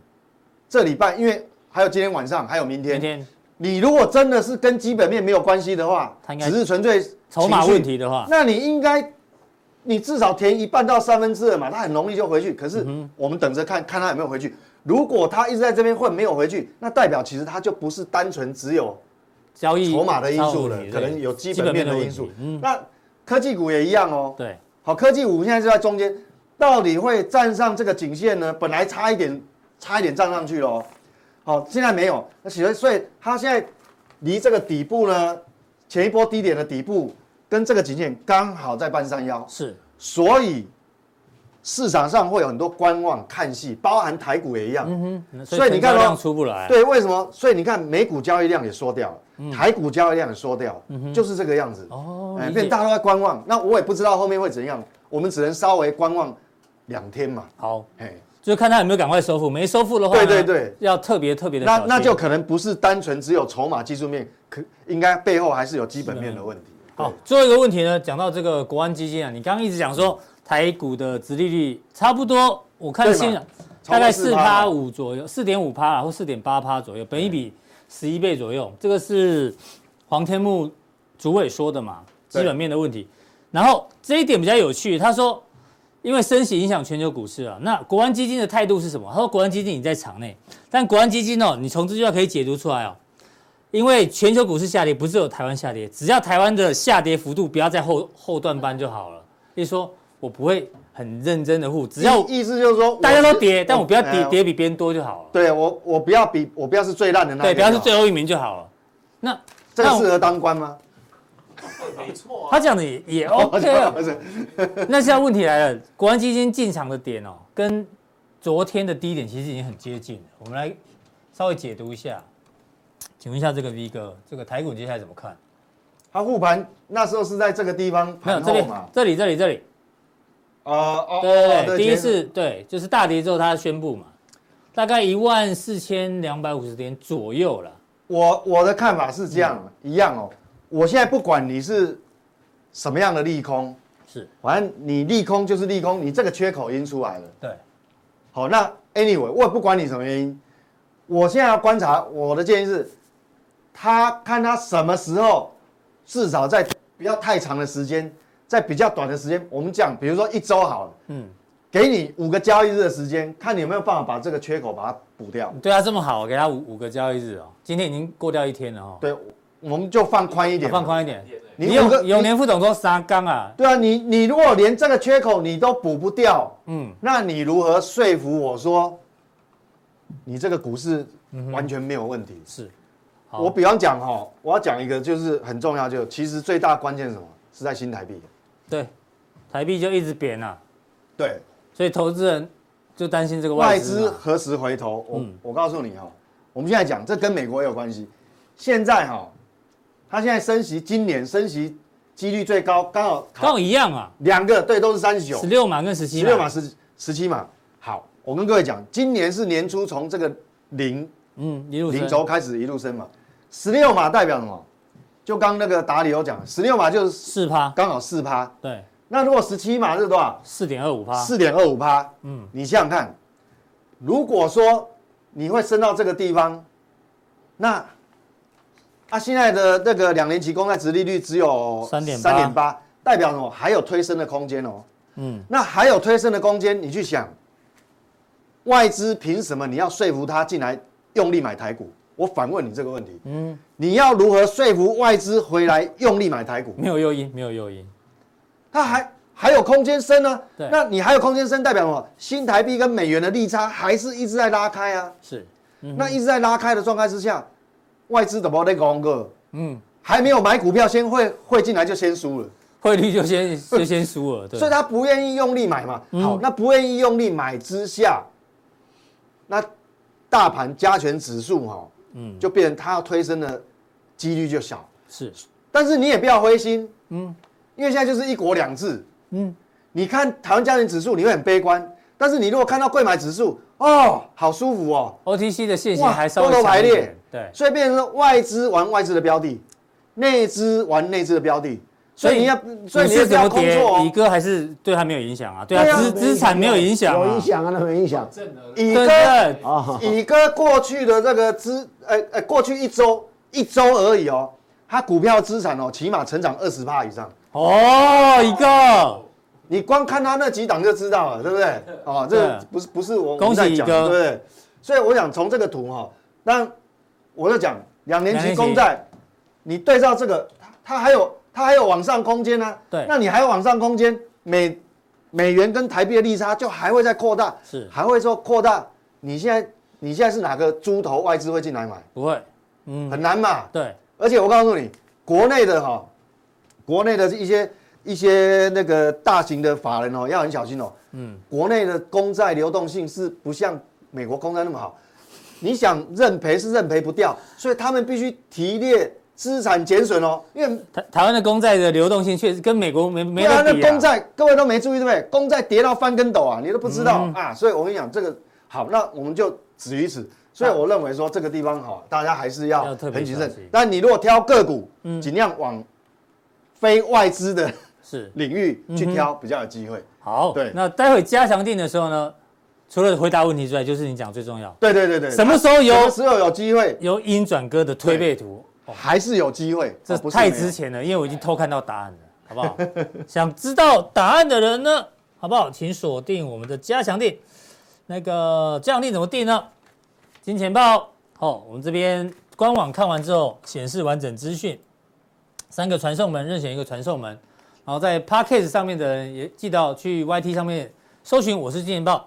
C: 这礼拜，因为还有今天晚上，还有明天
A: 今，天
C: 你如果真的是跟基本面没有关系的话
A: 它，应该
C: 只是纯粹
A: 筹码
C: 情绪
A: 问题的话，
C: 那你应该，你至少填一半到三分之二嘛，他很容易就回去。可是
A: 嗯
C: 我们等着看看他有没有回去。如果他一直在这边混没有回去，那代表其实他就不是单纯只有
A: 交易
C: 筹码的因素
A: 交易
C: 了
A: 问，题
C: 可能
A: 对
C: 有基本面的
A: 问
C: 因
A: 题
C: 素。
A: 嗯，
C: 那科技股也一样哦。
A: 对，
C: 好，科技股现在就在中间，到底会站上这个颈线呢？本来差一点，差一点站上去了哦。好，现在没有，那其实所以它现在离这个底部呢，前一波低点的底部跟这个颈线刚好在半山腰，
A: 是
C: 所以市场上会有很多观望看戏，包含台股也一样。
A: 嗯
C: 所以你
A: 成
C: 看哦
A: 交量出不来，啊
C: 对，为什么？所以你看美股交易量也缩掉了，台股交易量也缩掉了，就是这个样子。
A: 哦，
C: 哎，
A: 理
C: 变
A: 解
C: 大家都在观望，那我也不知道后面会怎样，我们只能稍微观望两天嘛，
A: 好，
C: 哎，
A: 就是看他有没有赶快收复，没收复的话呢，
C: 对对对
A: 要特别特别的
C: 那那就可能不是单纯只有筹码技术面，可应该背后还是有基本面的问题。
A: 好。最后一个问题呢，讲到这个国安基金啊，你刚刚一直讲说台股的殖利率差不多，我看
C: 对嘛
A: 现在
C: 超过
A: 大概
C: 4%
A: 四趴
C: 嘛
A: 五左右，四点五趴或四点八趴左右，本一比十一倍左右，这个是黄天木主委说的嘛，基
C: 对
A: 本面的问题。然后这一点比较有趣，他说因为升息影响全球股市啊，那国安基金的态度是什么？他说国安基金你在场内，但国安基金哦，你从这句话可以解读出来哦，因为全球股市下跌不是只有台湾下跌，只要台湾的下跌幅度不要在后后段班就好了。意思说我不会很认真的护，只
C: 只
A: 要
C: 要意思就是说，
A: 大家都跌，但我不要
C: 哎
A: 跌
C: 呀
A: 跌比别人多就好了。
C: 对我我不要比我不要是最烂的那一
A: 对，
C: 个
A: 不要是最后一名就好了。那
C: 这个
A: 那我
C: 适合当官吗？
D: 没错啊
A: 他，讲的也也
C: 哦
A: OK 啊。
C: 不是
A: 那现在问题来了，国安基金进场的点哦，跟昨天的低点其实已经很接近了。我们来稍微解读一下，请问一下这个 V 哥，这个台股接下来怎么看？
C: 它护盘那时候是在这个地方
A: 没有
C: 盘
A: 这
C: 后
A: 里
C: 嘛？，
A: 这里，这里，这里，
C: 呃哦
A: 对
C: 哦
A: 对，第一
C: 前
A: 次对，就是大跌之后他宣布嘛，大概一万四千两百五十点左右了。
C: 我我的看法是这样，
A: 嗯
C: 一样哦。我现在不管你是什么样的利空，
A: 是
C: 反正你利空就是利空，你这个缺口已经出来了。
A: 对，
C: 好，那 anyway，我也不管你什么原因，我现在要观察，我的建议是，他看他什么时候，至少在不要太长的时间，在比较短的时间，我们讲，比如说一周好了，
A: 嗯，
C: 给你五个交易日的时间，看你有没有办法把这个缺口把它补掉。
A: 你对他这么好，给他五五个交易日哦，今天已经过掉一天了哦，
C: 对，我们就放宽一点，
A: 啊放。宽一点。
C: 你
A: 你
C: 五个
A: 有有年副总说三缸啊，
C: 对啊，你你如果连这个缺口你都补不掉，
A: 嗯，
C: 那你如何说服我说，你这个股市完全没有问题？
A: 嗯是，好
C: 我比方讲哈，我要讲一个就是很重要，就其实最大关键是什么是在新台币。
A: 对，台币就一直贬啊，
C: 对，
A: 所以投资人就担心这个
C: 外
A: 外
C: 资
A: 资嘛嗯
C: 何时回头？我、我告诉你哈、我们现在讲这跟美国也有关系。现在哈、它现在升息，今年升息几率最高，刚好
A: 刚好一样啊，
C: 两个对都是三十九
A: 十，六码跟十七
C: 十六码十十七码。好，我跟各位讲，今年是年初从这个零
A: 嗯，一路
C: 零
A: 升
C: 轴开始一路升嘛，十六码代表什么？就刚那个达里欧讲，十六码就是
A: 四趴，
C: 刚好四趴。
A: 对，
C: 那如果十七码是多少？
A: 四点二五趴，
C: 四点二五趴。
A: 嗯，
C: 你想想看，如果说你会升到这个地方，那啊现在的那个两年期公债殖利率只有
A: 3.8
C: 三点八，代表什么？还有推升的空间哦。
A: 嗯，
C: 那还有推升的空间，你去想，外资凭什么你要说服他进来用力买台股？我反问你这个问题，嗯，你要如何说服外资回来用力买台股？
A: 没有诱因，没有诱因，
C: 它还还有空间升呢、
A: 对
C: 那你还有空间升，代表什么？新台币跟美元的利差还是一直在拉开啊。
A: 是，
C: 那一直在拉开的状态之下，外资怎么在讲个？
A: 嗯，
C: 还没有买股票，先汇汇进来就先输了，
A: 汇率就先就先输了，对，嗯
C: 所以他不愿意用力买嘛。好，那不愿意用力买之下，那大盘加权指数哈、嗯，就变成它要推升的几率就小。
A: 是
C: 但是你也不要灰心，嗯，因为现在就是一国两制，嗯，你看台湾家庭指数你会很悲观，但是你如果看到贵买指数，哦，好舒服哦，
A: OTC 的线型
C: 哇
A: 还稍微
C: 多头
A: 强一
C: 排列
A: 点对，
C: 所以变成说外资玩外资的标的，内资玩内资的标的，所以你要，所以
A: 你
C: 你也
A: 是
C: 不
A: 怎
C: 要
A: 么
C: 空
A: 跌，
C: 错
A: 李
C: 哦。
A: 哥还是对他没有影响啊，对
C: 对
A: 啊，
C: 啊
A: 资
C: 没
A: 资产没有影响
B: 有
A: 啊
B: 影，响啊，那没影响
D: 正的
C: 以哥，
A: 对对，
B: 啊。
C: 以哥过去的这个资，呃呃，过去一周一周而已哦，他股票资产哦，起码成长二十趴以上。
A: 哦，一个。
C: 你光看他那几档就知道了，对不对？哦，这个
A: 对
C: 不是不是我
A: 恭喜
C: 我们在讲
A: 宇哥
C: 对不对？所以我想从这个图哈、那我就讲两年期
A: 两年期
C: 公债，你对照这个，它它还有它还有往上空间呢、啊。
A: 对
C: 那你还有往上空间，美美元跟台币的利差就还会再扩大，
A: 是
C: 还会说扩大。你现在你现在是哪个猪头外资会进来买？
A: 不会，嗯
C: 很难嘛。
A: 对，
C: 而且我告诉你，国内的哈、国内的一些一些那个大型的法人哦，要很小心哦。嗯，国内的公债流动性是不像美国公债那么好，你想认赔是认赔不掉，所以他们必须提列资产减损哦，因为。
A: 台台湾的公债的流动性确实跟美国没没
C: 对啊，那
A: 得比
C: 公
A: 啊。
C: 债各位都没注意对不对？公债跌到翻跟斗啊，你都不知
A: 嗯
C: 道、啊，所以我跟你讲这个好，那我们就止于此。所以我认为说这个地方好，大家还是要
A: 要特别
C: 很谨
A: 小
C: 慎
A: 心。嗯
C: 但你如果挑个股，尽量往非外资的
A: 是
C: 领域
A: 嗯
C: 去挑，比较有机会。
A: 好，
C: 对
A: 那待会加强定的时候呢，除了回答问题之外，就是你讲最重要，
C: 对对对对，
A: 什么时候有
C: 什么时候有机会，
A: 由阴转割的推背图，
C: 还是有机会。
A: 这
C: 哦不是
A: 太
C: 没有
A: 值钱了，因为我已经偷看到答案了，好 不好？想知道答案的人呢，好不好？请锁定我们的加强定。那个加强定怎么定呢？金钱豹哦，我们这边官网看完之后显示完整资讯，三个传送门任选一个传送门，然后在 p a c k a g e 上面的人也记得去 YT 上面搜寻我是金钱豹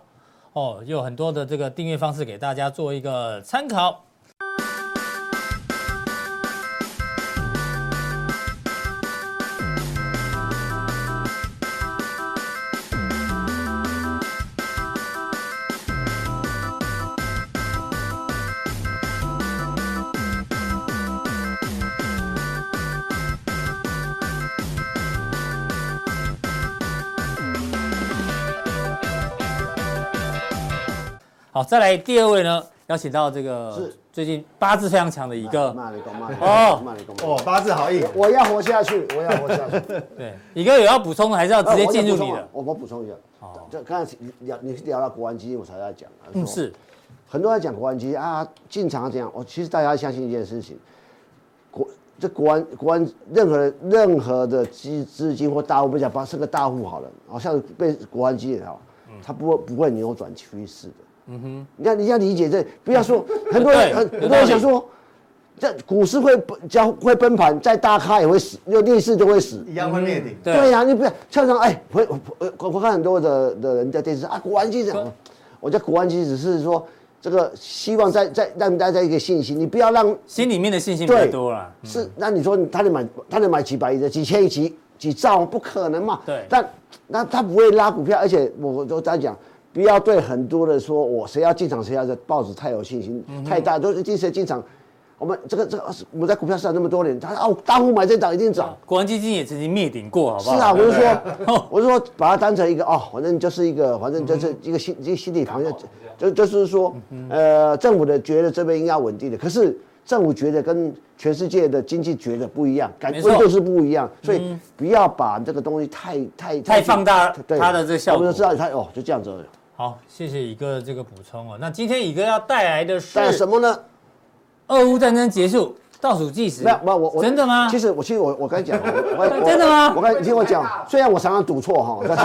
A: 哦，有很多的这个订阅方式给大家做一个参考。好，再来第二位呢，邀请到这个
B: 是
A: 最近八字非常强的一个，
B: 骂你公骂你
A: 哦
B: 公骂你公骂你公
C: 哦，八字好硬。
B: 我要活下去，我要活下去。
A: 对，一个有要补充的，还是要直接进入你
B: 啊
A: 的？哦
B: 我我补充一下，就刚才你聊你聊到国安基金，我才在讲啊。
A: 嗯，
B: 说
A: 是
B: 很多人讲国安基金啊，进场啊怎样？我其实大家相信一件事情，国这国安国安任何的任何的资资金或大户，不讲把是个大户好了，好像被国安基金也好，
A: 嗯
B: 它不会不会扭转趋势的。嗯哼，你要你要理解这，不要 说很多
A: 对
B: 人很
A: 有
B: 很多人
A: 道
B: 想
A: 理
B: 说。这股市会奔将会崩盘，再大咖也会死，又逆势就会死。
C: 一样会灭顶，
A: 嗯对
B: 对呀、你不要常常哎，我我我我看很多的的人在电视上啊，国安机长，我觉得国安机只是说这个希望在在让大家一个信心，你不要让
A: 心里面的信心比较
B: 对
A: 多了。嗯
B: 是那你说你他得买他得买几百亿的、几千亿、几几兆，不可能嘛？
A: 对
B: 但那他不会拉股票，而且我我都在讲，不要对很多人说我谁要进场谁要这报纸太有信心，
A: 嗯
B: 太大都是今谁进场。我们这个这个，我们在股票市场那么多年，他啊，我大户买这档一定涨。
A: 国安基金也曾经灭顶过，好不
B: 啊是
A: 好？
B: 啊，我就说， 我就说把它当成一个哦，反正就是一个，反正就是一个心一个心理
A: 嗯
B: 防线，就就是说，呃，政府的觉得这边应该稳定的，可是政府觉得跟全世界的经济觉得不一样，感
A: 没
B: 温
A: 错嗯
B: 度是不一样，所以不要把这个东西太太
A: 太放大
B: 对
A: 它的这个效果
B: 我们就知道它哦，就这样子而已。
A: 好，谢谢乙哥的这个补充哦。那今天乙哥要带来的是
B: 但什么呢？
A: 俄乌战争结束倒数计时，
B: 没有，没有，我我
A: 真的吗？
B: 其实我其实我我刚才讲，我我
A: 真的吗
B: 我刚才你听我讲，虽然我常常赌错哈，但是。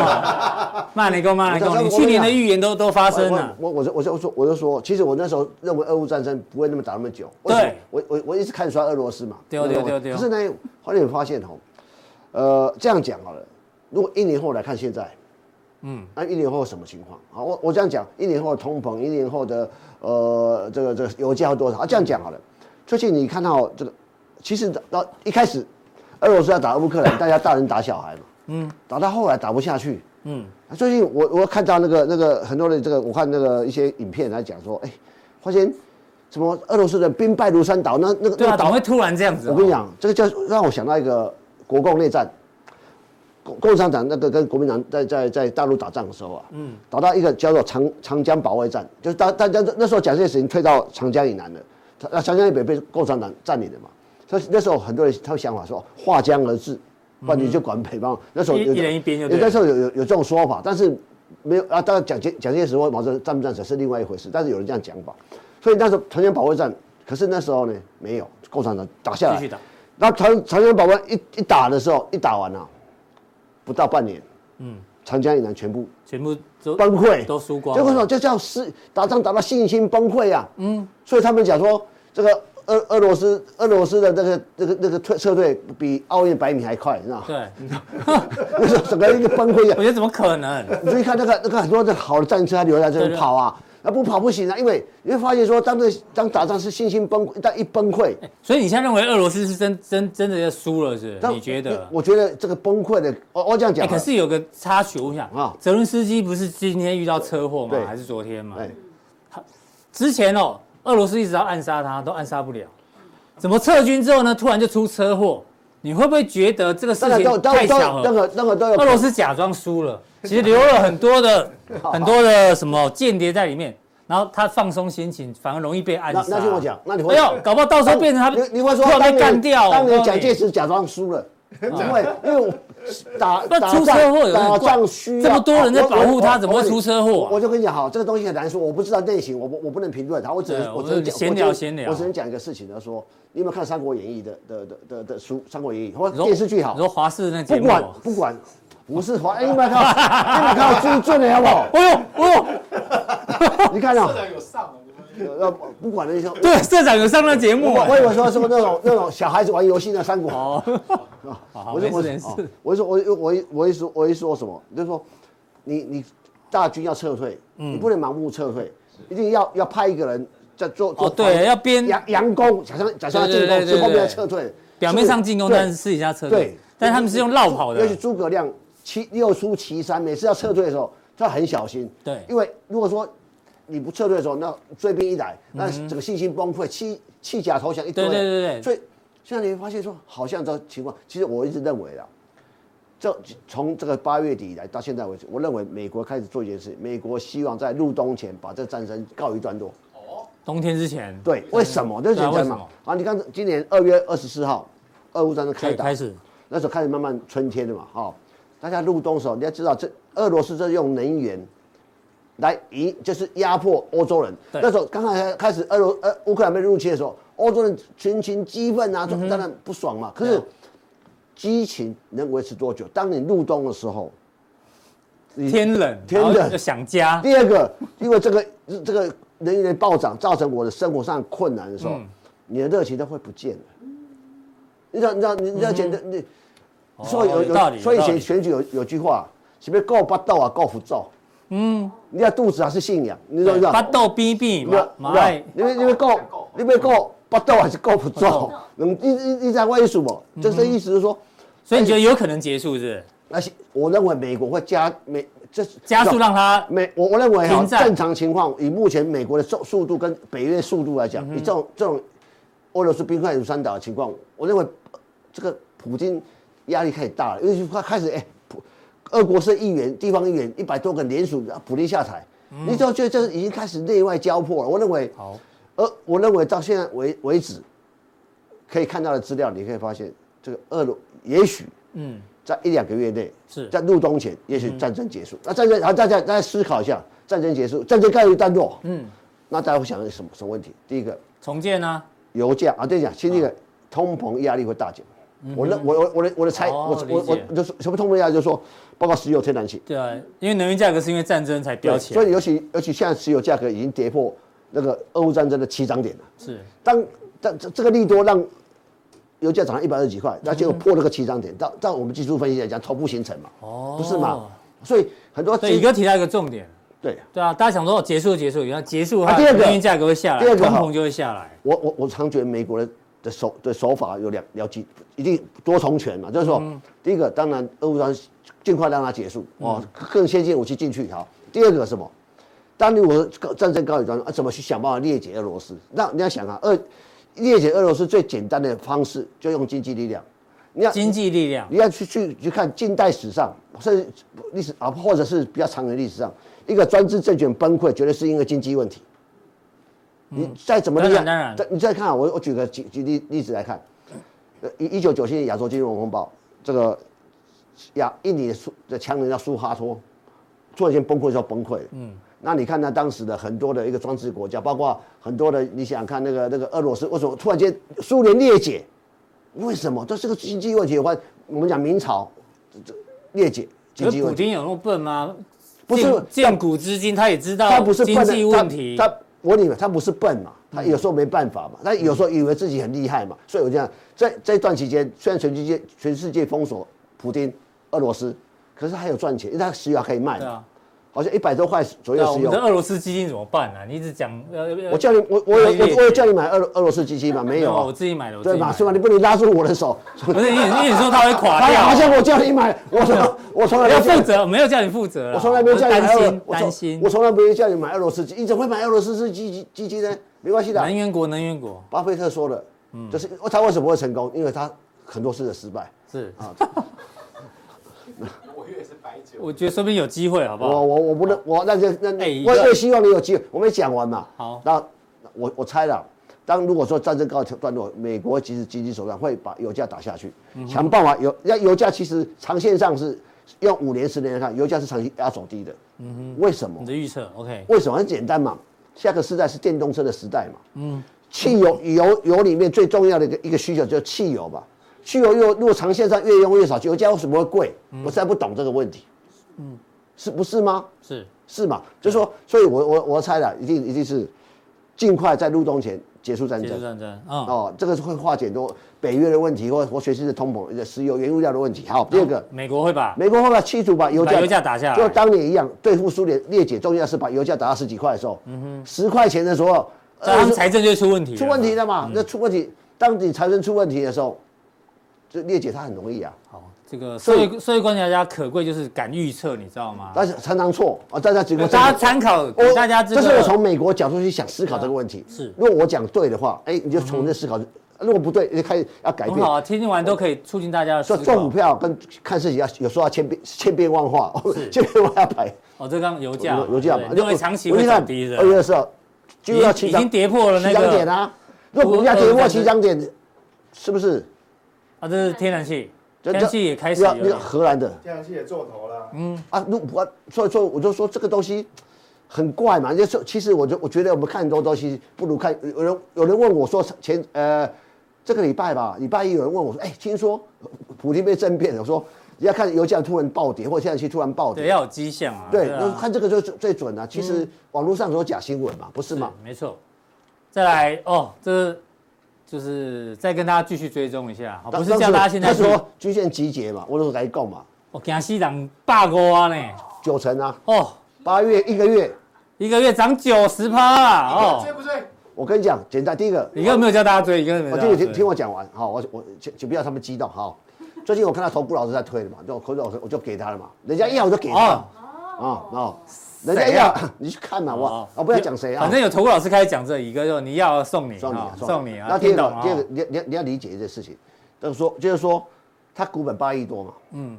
A: 骂你够骂你
B: 我
A: 够，
B: 讲
A: 你去年的预言都都发生啊了。
B: 我我我就我就我说我就说，其实我那时候认为俄乌战争不会那么打那么久。为
A: 对
B: 什么，我我我一直看衰俄罗斯嘛。
A: 对哦对哦
B: 那我
A: 对哦对哦
B: 可是呢，后来我发现吼，呃，这样讲好了，如果一年后来看现在，嗯，那一年后什么情况？好，我我这样讲，一年后的通膨，一年后的呃这个这个油价会多少？啊，这样讲好了。最近你看到这个，其实到到一开始，俄罗斯要打乌 克兰，大家大人打小孩嘛，嗯，打到后来打不下去，
A: 嗯，
B: 最近我我看到那个那个很多人这个，我看那个一些影片来讲说，哎、发现什么俄罗斯人兵败如山倒，那那个
A: 对
B: 那
A: 啊，
B: 个
A: 怎么
B: 岛
A: 会，突然这样子哦？
B: 我跟你讲，这个叫让我想到一个国共内战，共共产党那个跟国民党在在在大陆打仗的时候啊，嗯，打到一个叫做长长江保卫战，就是大大家那时候蒋介石已经退到长江以南了，那长江以北被共产党占领了嘛，所以那时候很多人他们想法说哦划江而治，不然你就管北方，那时候
A: 嗯一
B: 有
A: 一人一边就对了
B: 那时候有有有这种说法，但是没有啊。当然蒋介蒋介石或毛泽东赞不赞成是另外一回事，但是有人这样讲法，所以那时候长江保卫战，可是那时候呢没有共产党打下来，
A: 继续打。
B: 那长长江保卫一一打的时候，一打完了、不到半年，嗯，长江以南全部
A: 全部都
B: 崩溃，
A: 都输光
B: 结果
A: 了
B: 说。就叫失打仗打到信心崩溃啊。嗯，所以他们讲说这个俄俄罗斯俄罗斯的那个那个那个退撤退比奥运百米还快，你知道吗？
A: 对，
B: 那时候整个人就崩溃
A: 我
B: 啊！
A: 觉得怎么可能？
B: 你注意看那个那个很多的好的战车，它留在这
A: 对
B: 里
A: 对
B: 跑啊，那不跑不行啊，因为你会发现说，当这当打仗是信心崩溃，但一崩溃，
A: 所以你现在认为俄罗斯是真真真的要输了，是不
B: 但
A: 是？你觉得？
B: 我觉得这个崩溃的，我我这样
A: 哎，
B: 讲啊，
A: 可是有个插曲，我想啊
B: 啊，
A: 泽伦斯基不是今天遇到车祸吗
B: 对？
A: 还是昨天吗？
B: 哎，
A: 之前哦，俄罗斯一直要暗杀他，都暗杀不了。怎么撤军之后呢？突然就出车祸，你会不会觉得这个事
B: 当然都
A: 情
B: 都
A: 太
B: 都
A: 巧
B: 那
A: 了？
B: 个那个都有
A: 俄罗斯假装输了，其实留了很多 的很多的什么间谍在里面，然后他放松心情，反而容易被暗
B: 那
A: 杀。
B: 那听我讲，那你
A: 哎
B: 会
A: 呦，搞不好到时候变成他
B: 你你会说
A: 突然
B: 当
A: 被
B: 年
A: 干掉。
B: 当年
A: 我告诉
B: 蒋
A: 你
B: 介石假装输了。因为因为我打
A: 不
B: 打
A: 出
B: 仗
A: 车祸有点
B: 打
A: 怪
B: 仗需要
A: 这么多人在保护他
B: 我我
A: 怎么会出车祸啊
B: 我我就跟你讲，好，这个东西很难说，我不知道内情，我不我不能评论他，我只
A: 对
B: 能我只
A: 我
B: 能
A: 们
B: 讲
A: 闲
B: 我只
A: 聊
B: 能
A: 闲聊
B: 我只能讲一个事情，他说你有没有看《三国演义》的的的的的书，《三国演义》或
A: 你说
B: 者电视剧好
A: 你，说华视那节
B: 不
A: 目
B: 管
A: 哦，
B: 不管，不是华，哎，你有没有看到？你有没有看到朱俊的好 不好？
A: 哎呦哎呦，
B: 你看啊
D: 社，长有上了，你们
B: 呃不管那些，
A: 对，社长有上那节目
B: 我
A: 哎，
B: 我以为说什么那种那种小孩子玩游戏那三国，哦，我
A: 啊没
B: 就
A: 事
B: 我
A: 没事
B: 哦我就说我我我我一说我一说什么，就是说你你大军要撤退，
A: 嗯
B: 你不能盲目撤退，一定要要派一个人在做做
A: 哦对，要编
B: 佯佯攻，假装假装要
A: 对
B: 进
A: 对对对
B: 攻，最后面要
A: 对
B: 撤退，
A: 表面上进攻，
B: 对
A: 但是私底下撤退
B: 对。，
A: 但是他们是用绕跑的
B: 尤。其诸葛亮七六出祁山，每次要撤退的时候，他很小心。
A: 对
B: 因为如果说你不撤退的时候，那追兵一来，那整个信心崩溃，弃弃甲投降一堆。
A: 嗯对对对对
B: 所以现在你会发现说，好像这情况，其实我一直认为啦，这从这个八月底以来到现在为止，我认为美国开始做一件事，美国希望在入冬前把这战争告一段落。
A: 冬天之前，
B: 对，为什么？这是
A: 对啊为
B: 什
A: 什
B: 么
A: 么？
B: 啊，你看今年二月二十四号，俄乌战争开
A: 对，
B: 打，
A: 开始
B: 那时候开始慢慢春天了嘛，哈、大家入冬的时候，你要知道这俄罗斯这用能源来赢，就是压迫欧洲人。
A: 对
B: 那时候刚刚开始俄罗呃乌克兰被入侵的时候，欧洲人群情激愤啊，当然不爽嘛。可
A: 嗯对
B: 是
A: 啊
B: 激情能维持多久？当你入冬的时候，你
A: 天冷，
B: 天
A: 然后
B: 冷
A: 就想家，
B: 第二个，因为这个这个能源暴涨造成我的生活上困难的时候，你的热情都会不见了。你知道，你知道，你热情的你，所以
A: 哦
B: 有
A: 有道理
B: 有，所以以
A: 有道理
B: 前选举有有句话，是不是够不到啊，够不照？嗯，你要肚子还是信仰？你知道不知道？
A: 发豆逼逼
B: 你知
A: 嘛哎
B: 道，
A: 马爱
B: 你们你们够，你们够不到还是够不照？能一一一在为什么？这这意思就是说，
A: 所以你觉得有可能结束是不是？
B: 而且我认为美国会加美这是
A: 加速让它
B: 美，我我认为哈，
A: 停战
B: 正常情况以目前美国的速速度跟北约速度来
A: 嗯
B: 讲，以这种这种俄罗斯兵块如山倒的情况，我认为呃这个普京压力太大了，因为他开始哎、普俄国是议员、地方议员一百多个联署让普京下台，你只要觉得这已经开始内外交迫了。我认为，
A: 嗯好，
B: 而我认为到现在为为止，可以看到的资料，你可以发现这个俄罗也许
A: 嗯，
B: 在一两个月内，
A: 是
B: 在入冬前，也许战争结束。那战争，然后大家大家思考一下，战争结束，战争告一段落，嗯，那大家会想到什么什么问题？第一个，
A: 重建呢、
B: 油价啊，对讲，先第一个，通膨压力会大减。我的我我我的我的猜，
A: 嗯哦
B: 我我
A: 理解
B: 我就是什么通膨压力，就是说包括石油、天然气，
A: 对啊，因为能源价格是因为战争才飙起来，
B: 所以尤其尤其现在石油价格已经跌破那个俄乌战争的起涨点了。
A: 是
B: 当但这这个利多让油价涨到一百二十几块，那结果破那个起涨点，到到我们技术分析来讲，头部形成嘛，
A: 哦
B: 不是嘛？所以很多
A: 对，宇哥提到一个重点，
B: 对
A: 对啊，大家想说哦结束就结束，然后结束的话，
B: 啊第二个
A: 能源价格会下来，
B: 第二个
A: 通
B: 哈
A: 膨就会下来，
B: 我我我常觉得美国的的手的手法有两两极，一定多重拳嘛，就是说，第一个当然俄乌战争尽快让它结束哦，更先进武器进去好。第二个什么？当如果战争告一段落，啊，怎么去想办法裂解俄罗斯？那你要想啊，俄裂解俄罗斯最简单的方式就用经济力量，你要
A: 经济力量
B: 你要去去去看近代史上，甚至历史啊，或者是比较长远的历史上，一个专制政权崩溃，绝对是因为经济问题。你再怎么厉害，
A: 嗯当然当然
B: 再你再看啊，我我举个举举例例子来看，呃，一一九九七年亚洲金融风暴，这个亚印尼的苏的强人叫苏哈托，突然间崩溃就崩溃了。嗯，那你看他当时的很多的一个专制国家，包括很多的，你想想看那个那个俄罗斯为什么突然间苏联裂解？为什么？这是个经济问题。我我们讲明朝这这裂解经
A: 可
B: 济
A: 是
B: 问
A: 普
B: 题，
A: 京有那么笨吗？
B: 不是
A: 见见古知今，他也知道
B: 他不是笨
A: 经
B: 的
A: 济问题，
B: 他他我以为他不是笨嘛，他有时候没办法嘛，他有时候以为自己很厉害嘛，所以我这样在这段期间，虽然全世界全世界封锁普丁俄罗斯，可是还有赚钱，因为他石油还可以卖
A: 对
B: 嘛，
A: 啊，
B: 好像一百多块左
A: 对啊，
B: 右
A: 我
B: 石
A: 们的。
B: 油
A: 俄罗斯基金怎么办啊？你一直讲，呃呃
B: 我叫你，我我有
A: 对对对
B: 我我有叫你买俄罗俄罗斯机器吗？没有
A: 我
B: 啊，
A: 自己买的，我自
B: 对
A: 己
B: 嘛？
A: 买
B: 是吧？
A: 的，
B: 你不能拉住我的手，
A: 不是你你你说他会垮
B: 哎呀
A: 掉，
B: 好像我叫你买，我从我从来
A: 你
B: 没
A: 要
B: 有
A: 负责，没有叫你负责啦，
B: 我从来没有叫你买
A: 担
B: 俄
A: 心
B: 罗，我
A: 担
B: 从
A: 心
B: 我，从来没有叫你买俄罗斯基，你怎么会买俄罗斯基基基金呢？没关系的，
A: 能源国能源国
B: 巴菲特说的，
A: 嗯
B: 就是他为什么会成功？因为他很多次的失败。
A: 是，
D: 我以为是白酒。
A: 我觉得说不定有机会，好不
B: 我
A: 好？
B: 我我不能，我那就那
A: 哎一个
B: 我我也希望你有机会，我没讲完嘛。
A: 好
B: 那我我猜了，当如果说战争告一段落，美国其实经济手段会把油价打下去，
A: 嗯
B: 想办法油，那油价其实长线上是用五年十年来看，油价是长期压走低的。
A: 嗯
B: 为什么
A: 你？的预测，OK，
B: 为什么？很简单嘛，下个时代是电动车的时代嘛。
A: 嗯
B: 汽油油油里面最重要的一个一个需求就是汽油嘛。汽油又如果长线上越用越少，油价为什么会贵？
A: 嗯
B: 我实在不懂这个问题。是不是吗？
A: 是
B: 是嘛？就是说，所以我我我猜了，一定一定是尽快在入冬前结束战
A: 结束
B: 争。
A: 战争，嗯，
B: 哦，这个是会化解多北约的问题，或或全世界的通膨、呃石油、原物料的问题。好，第二个，
A: 美国会把
B: 美国会把企图把油
A: 把
B: 价
A: 油价打下来
B: 就当年一样对付苏联裂解，重要是把油价打到十几块的时候，
A: 嗯
B: 十块钱的时候，
A: 这样他们
B: 呃
A: 财政就会出问题了，
B: 出问题了
A: 嗯
B: 嘛？那出问题，当你财政出问题的时候，这裂解它很容易啊，
A: 好，这个社
B: 所以
A: 会社会观察家可贵就是敢预测，你知道吗？
B: 但是常常错啊，大家只
A: 大
B: 能
A: 家参考，给
B: 我
A: 大家这
B: 是我
A: 个
B: 从美国角度去想思考这个问题。
A: 是嗯
B: 如果我讲对的话，哎，你就从这思考；如果不对，你就开始要改
A: 很
B: 变
A: 好。啊，听完都可以促进大家的
B: 所
A: 思
B: 以做股
A: 考。
B: 票跟看事情要有时候要千变千变万化， 千变万化摆
A: 哦，这刚油价嘛，
B: 油价
A: 对
B: 嘛
A: 不，对因为长期会走低的
B: 二，月二十号哎就要
A: 已
B: 起
A: 经
B: 涨，
A: 跌破了那
B: 起涨点
A: 个
B: 啊！如果股价跌破起涨点，是不是？
A: 啊，这是天然气，
B: 这
A: 天然气也开始
B: 那
A: 有
B: 那个
A: 点
B: 荷兰的
C: 天然气也做头了，
B: 啊，如果所以说我就说这个东西很怪嘛，就是其实我就我觉得我们看很多东西不如看有人有人问我说前呃这个礼拜吧，礼拜一有人问我说，哎、听说普京被政变了，我说你要看油价突然暴跌或天然气突然暴
A: 对，
B: 跌，
A: 要有迹象啊。
B: 对，
A: 啊嗯
B: 那看这个就最最准了、啊其实网络上都有假新闻嘛，不是吗？
A: 没错。再来哦，这是就是再跟大家继续追踪一下，哦好，不是
B: 当
A: 叫大家现在
B: 他
A: 说
B: 说均线集结嘛，我都来购嘛，
A: 我惊西涨霸国啊呢，
B: 九成啊，
A: 哦，
B: 八月一个月，
A: 一个月涨九十趴啊，
D: 追
A: 哦，
D: 不追？
B: 我跟你讲，简单，第一个
A: 你根本没有叫大家追，你根本没
B: 我
A: 有
B: 哦听
A: 叫大家
B: 你听
A: 追
B: 听。我讲完，好，我我请请不要他们激动，好。最近我看到头部老师在推了嘛，就口水老师我就给他了嘛，人家要我就给他
A: 哦
B: 啊，啊哦，人家
A: 谁
B: 要
A: 啊
B: 你去看嘛，
A: 哦
B: 我我不要讲谁啊
A: 反，正有投顾老师开始讲这一个，就你要送你，
B: 送你啊
A: 哦送你啊，
B: 那第
A: 听
B: 二
A: 懂
B: 个
A: 啊
B: 第？二个你你你要理解一件事情，就是说就是说他股本八亿多嘛，嗯，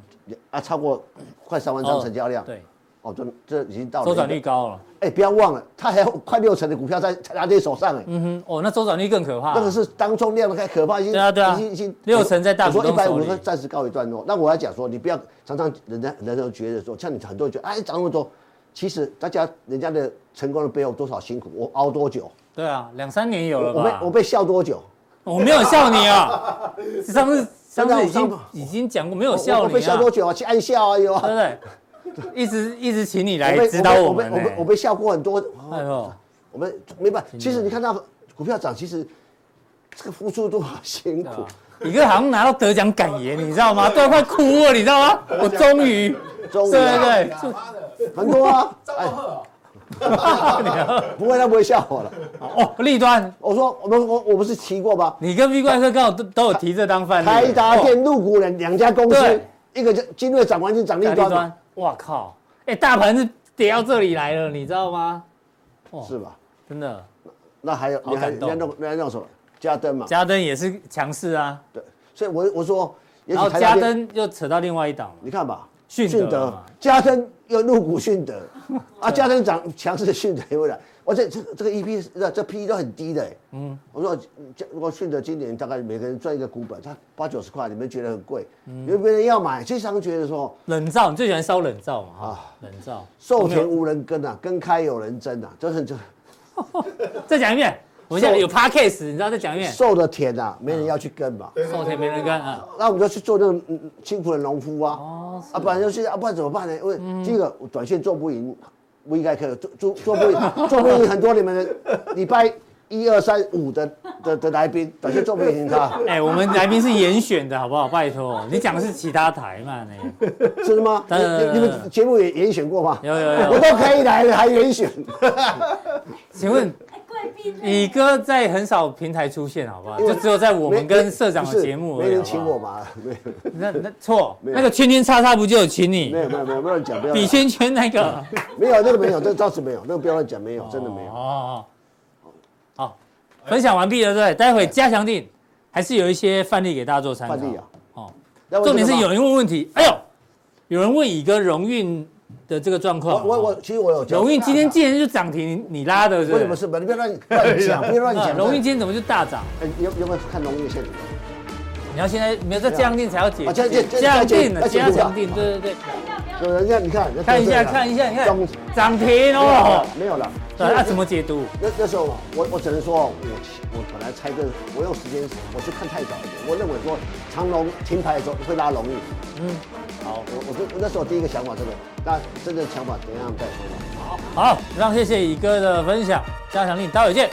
B: 啊超过快三万张
A: 哦
B: 成交量，
A: 对，
B: 哦这这已经到了
A: 周
B: 一个
A: 转率高了，
B: 哎、不要忘了，他还有快六成的股票在在他自己手上哎、
A: 嗯哼，哦，那周转率更可怕，
B: 那个是当中量的，太可怕，已经
A: 对啊对啊
B: 已经已经
A: 六成在大股
B: 我说一
A: 东
B: 百
A: 手
B: 五
A: 里
B: 十暂时告一段落。那我要讲说，你不要常常人家人家都觉得说，像你很多人觉得哎涨那么多，其实大家人家的成功的背后多少辛苦，我熬多久，
A: 对啊，两三年有了
B: 我被
A: 吧？
B: 我被笑多久，
A: 我没有笑你 啊，上次上
B: 真
A: 次
B: 的啊
A: 已
B: 我上
A: 经已经讲过没有
B: 我
A: 笑
B: 我被
A: 你
B: 笑
A: 啊，
B: 多久啊？去暗笑啊有啊。
A: 对不 对？一直一直请你
B: 我
A: 来
B: 被
A: 指导我
B: 被
A: 们
B: 我被我
A: 呢。
B: 被笑过很多，
A: 哎呦，
B: 我们没办法。其实你看到股票涨，其实这个付出多少辛苦。
A: 你哥好像拿到得奖感言，你知道吗？都要快哭了，你知道 吗？我终于，
B: 终于啊
A: 对对对，
D: 妈的，
B: 很多啊，
D: 张
B: 哎
D: 浩，赫哦，
B: 不会，他不会笑我了。
A: 哦，立端，
B: 我说，我们我我不是提过吗？
A: 你跟 V 怪客刚好都都有提这当范例，
B: 台达
A: 哦
B: 电、入股人两家公司
A: 对，
B: 一个就金锐涨完就涨立
A: 立
B: 端嘛，
A: 端，哇靠，哎，大盘是跌到这里来了，你知道吗？
B: 是吧？
A: 真的，
B: 那还有
A: 好
B: 你还
A: 感动
B: 你还弄你还弄什么？嘉登嘛，
A: 嘉登也是强势啊，
B: 对，所以我我说，也
A: 然
B: 许
A: 后
B: 台
A: 嘉
B: 达电，
A: 登又扯到另外一档了，
B: 你看吧，
A: 迅德嘛
B: 嘉登又入股迅德，啊，嘉登涨强势的迅德也会来，我这这这个 EP 那这 PE 都很低的，嗯，我说这如果迅德今年大概每个人赚一个股本，他八九十块，你们觉得很贵，
A: 嗯
B: 有没有人要买？其实他们觉得说，
A: 冷灶，你最喜欢烧冷灶嘛？哈，冷灶，
B: 啊寿田无人耕啊，耕开有人争啊，这很这。
A: 再讲一遍，我们现在
B: 寿
A: 有 podcast，你知道再讲一遍，
B: 受的田啊，没人要去耕嘛。
A: 送田没人干啊，
B: 那我们就去做那种嗯辛苦的农夫啊，
A: 哦
B: 啊，不然就是啊，不然怎么办呢？因为
A: 嗯
B: 第一个我短线做不赢，不应该可以做做做不赢， 做不赢很多你们的礼拜一二三五的的的来宾，短线做不赢 他，
A: 哎，我们来宾是严选的好不好？拜托，你讲的是其他台嘛？呢，
B: 真的吗？你
A: 当然当
B: 你
A: 然
B: 你
A: 当然
B: 们节目也严选过吗？
A: 有有有
B: 我都可以来了，还严选，
A: 请问
E: 哎，贵宾呢
A: 乙哥在很少平台出现，好不好？就只有在我们跟社长的节目
B: 不
A: 而
B: 是
A: 已，好
B: 没人
A: 不
B: 请
A: 好
B: 我？嘛？没有
A: 那那错，
B: 没有
A: 那个圈圈叉叉不就有请你
B: 没？有没有没有没有人讲，不要
A: 比
B: 乱
A: 圈圈那个
B: 没有那个没有，这倒是没有，那个不要乱讲，没有真的没有。
A: 哦，好，分享完毕了，对不对，待会加强定还是有一些范例给大家做参考。
B: 范例啊，
A: 哦，
B: 那我
A: 重点是
B: 这个
A: 有
B: 吧
A: 人问问题，哎呦，有人问乙哥荣运的这个状况。
B: 我我
A: 哦
B: 我，其实我有讲啊
A: 荣运今天竟然就涨停，你拉的是
B: 为什
A: 不
B: 么
A: 是？
B: 是吧？你 不要乱乱讲，不要乱
A: 啊
B: 讲。
A: 荣运今天怎么就大涨？
B: 哎，你有有没有看农业线图？
A: 你要现在没有在降定才要解
B: 啊这这这
A: 降定了，
B: 这这
A: 加强定，对对对，
B: 有人家你看，人家
A: 看一下
B: 得罪了
A: 看一下，你
B: 中
A: 看涨停
B: 没有
A: 哦
B: 了，，没有了。
A: 对啊，怎么解读？
B: 那那时候啊我我只能说，我我本来猜对，我有时间我去看太早一点。我认为说长龙停牌的时候会拉龙运，
A: 嗯好，
B: 我我就我那时候第一个想法这个，那真正的想法等一下我们再说吧。
A: 好，非常谢谢乙哥的分享，加强力，待会见。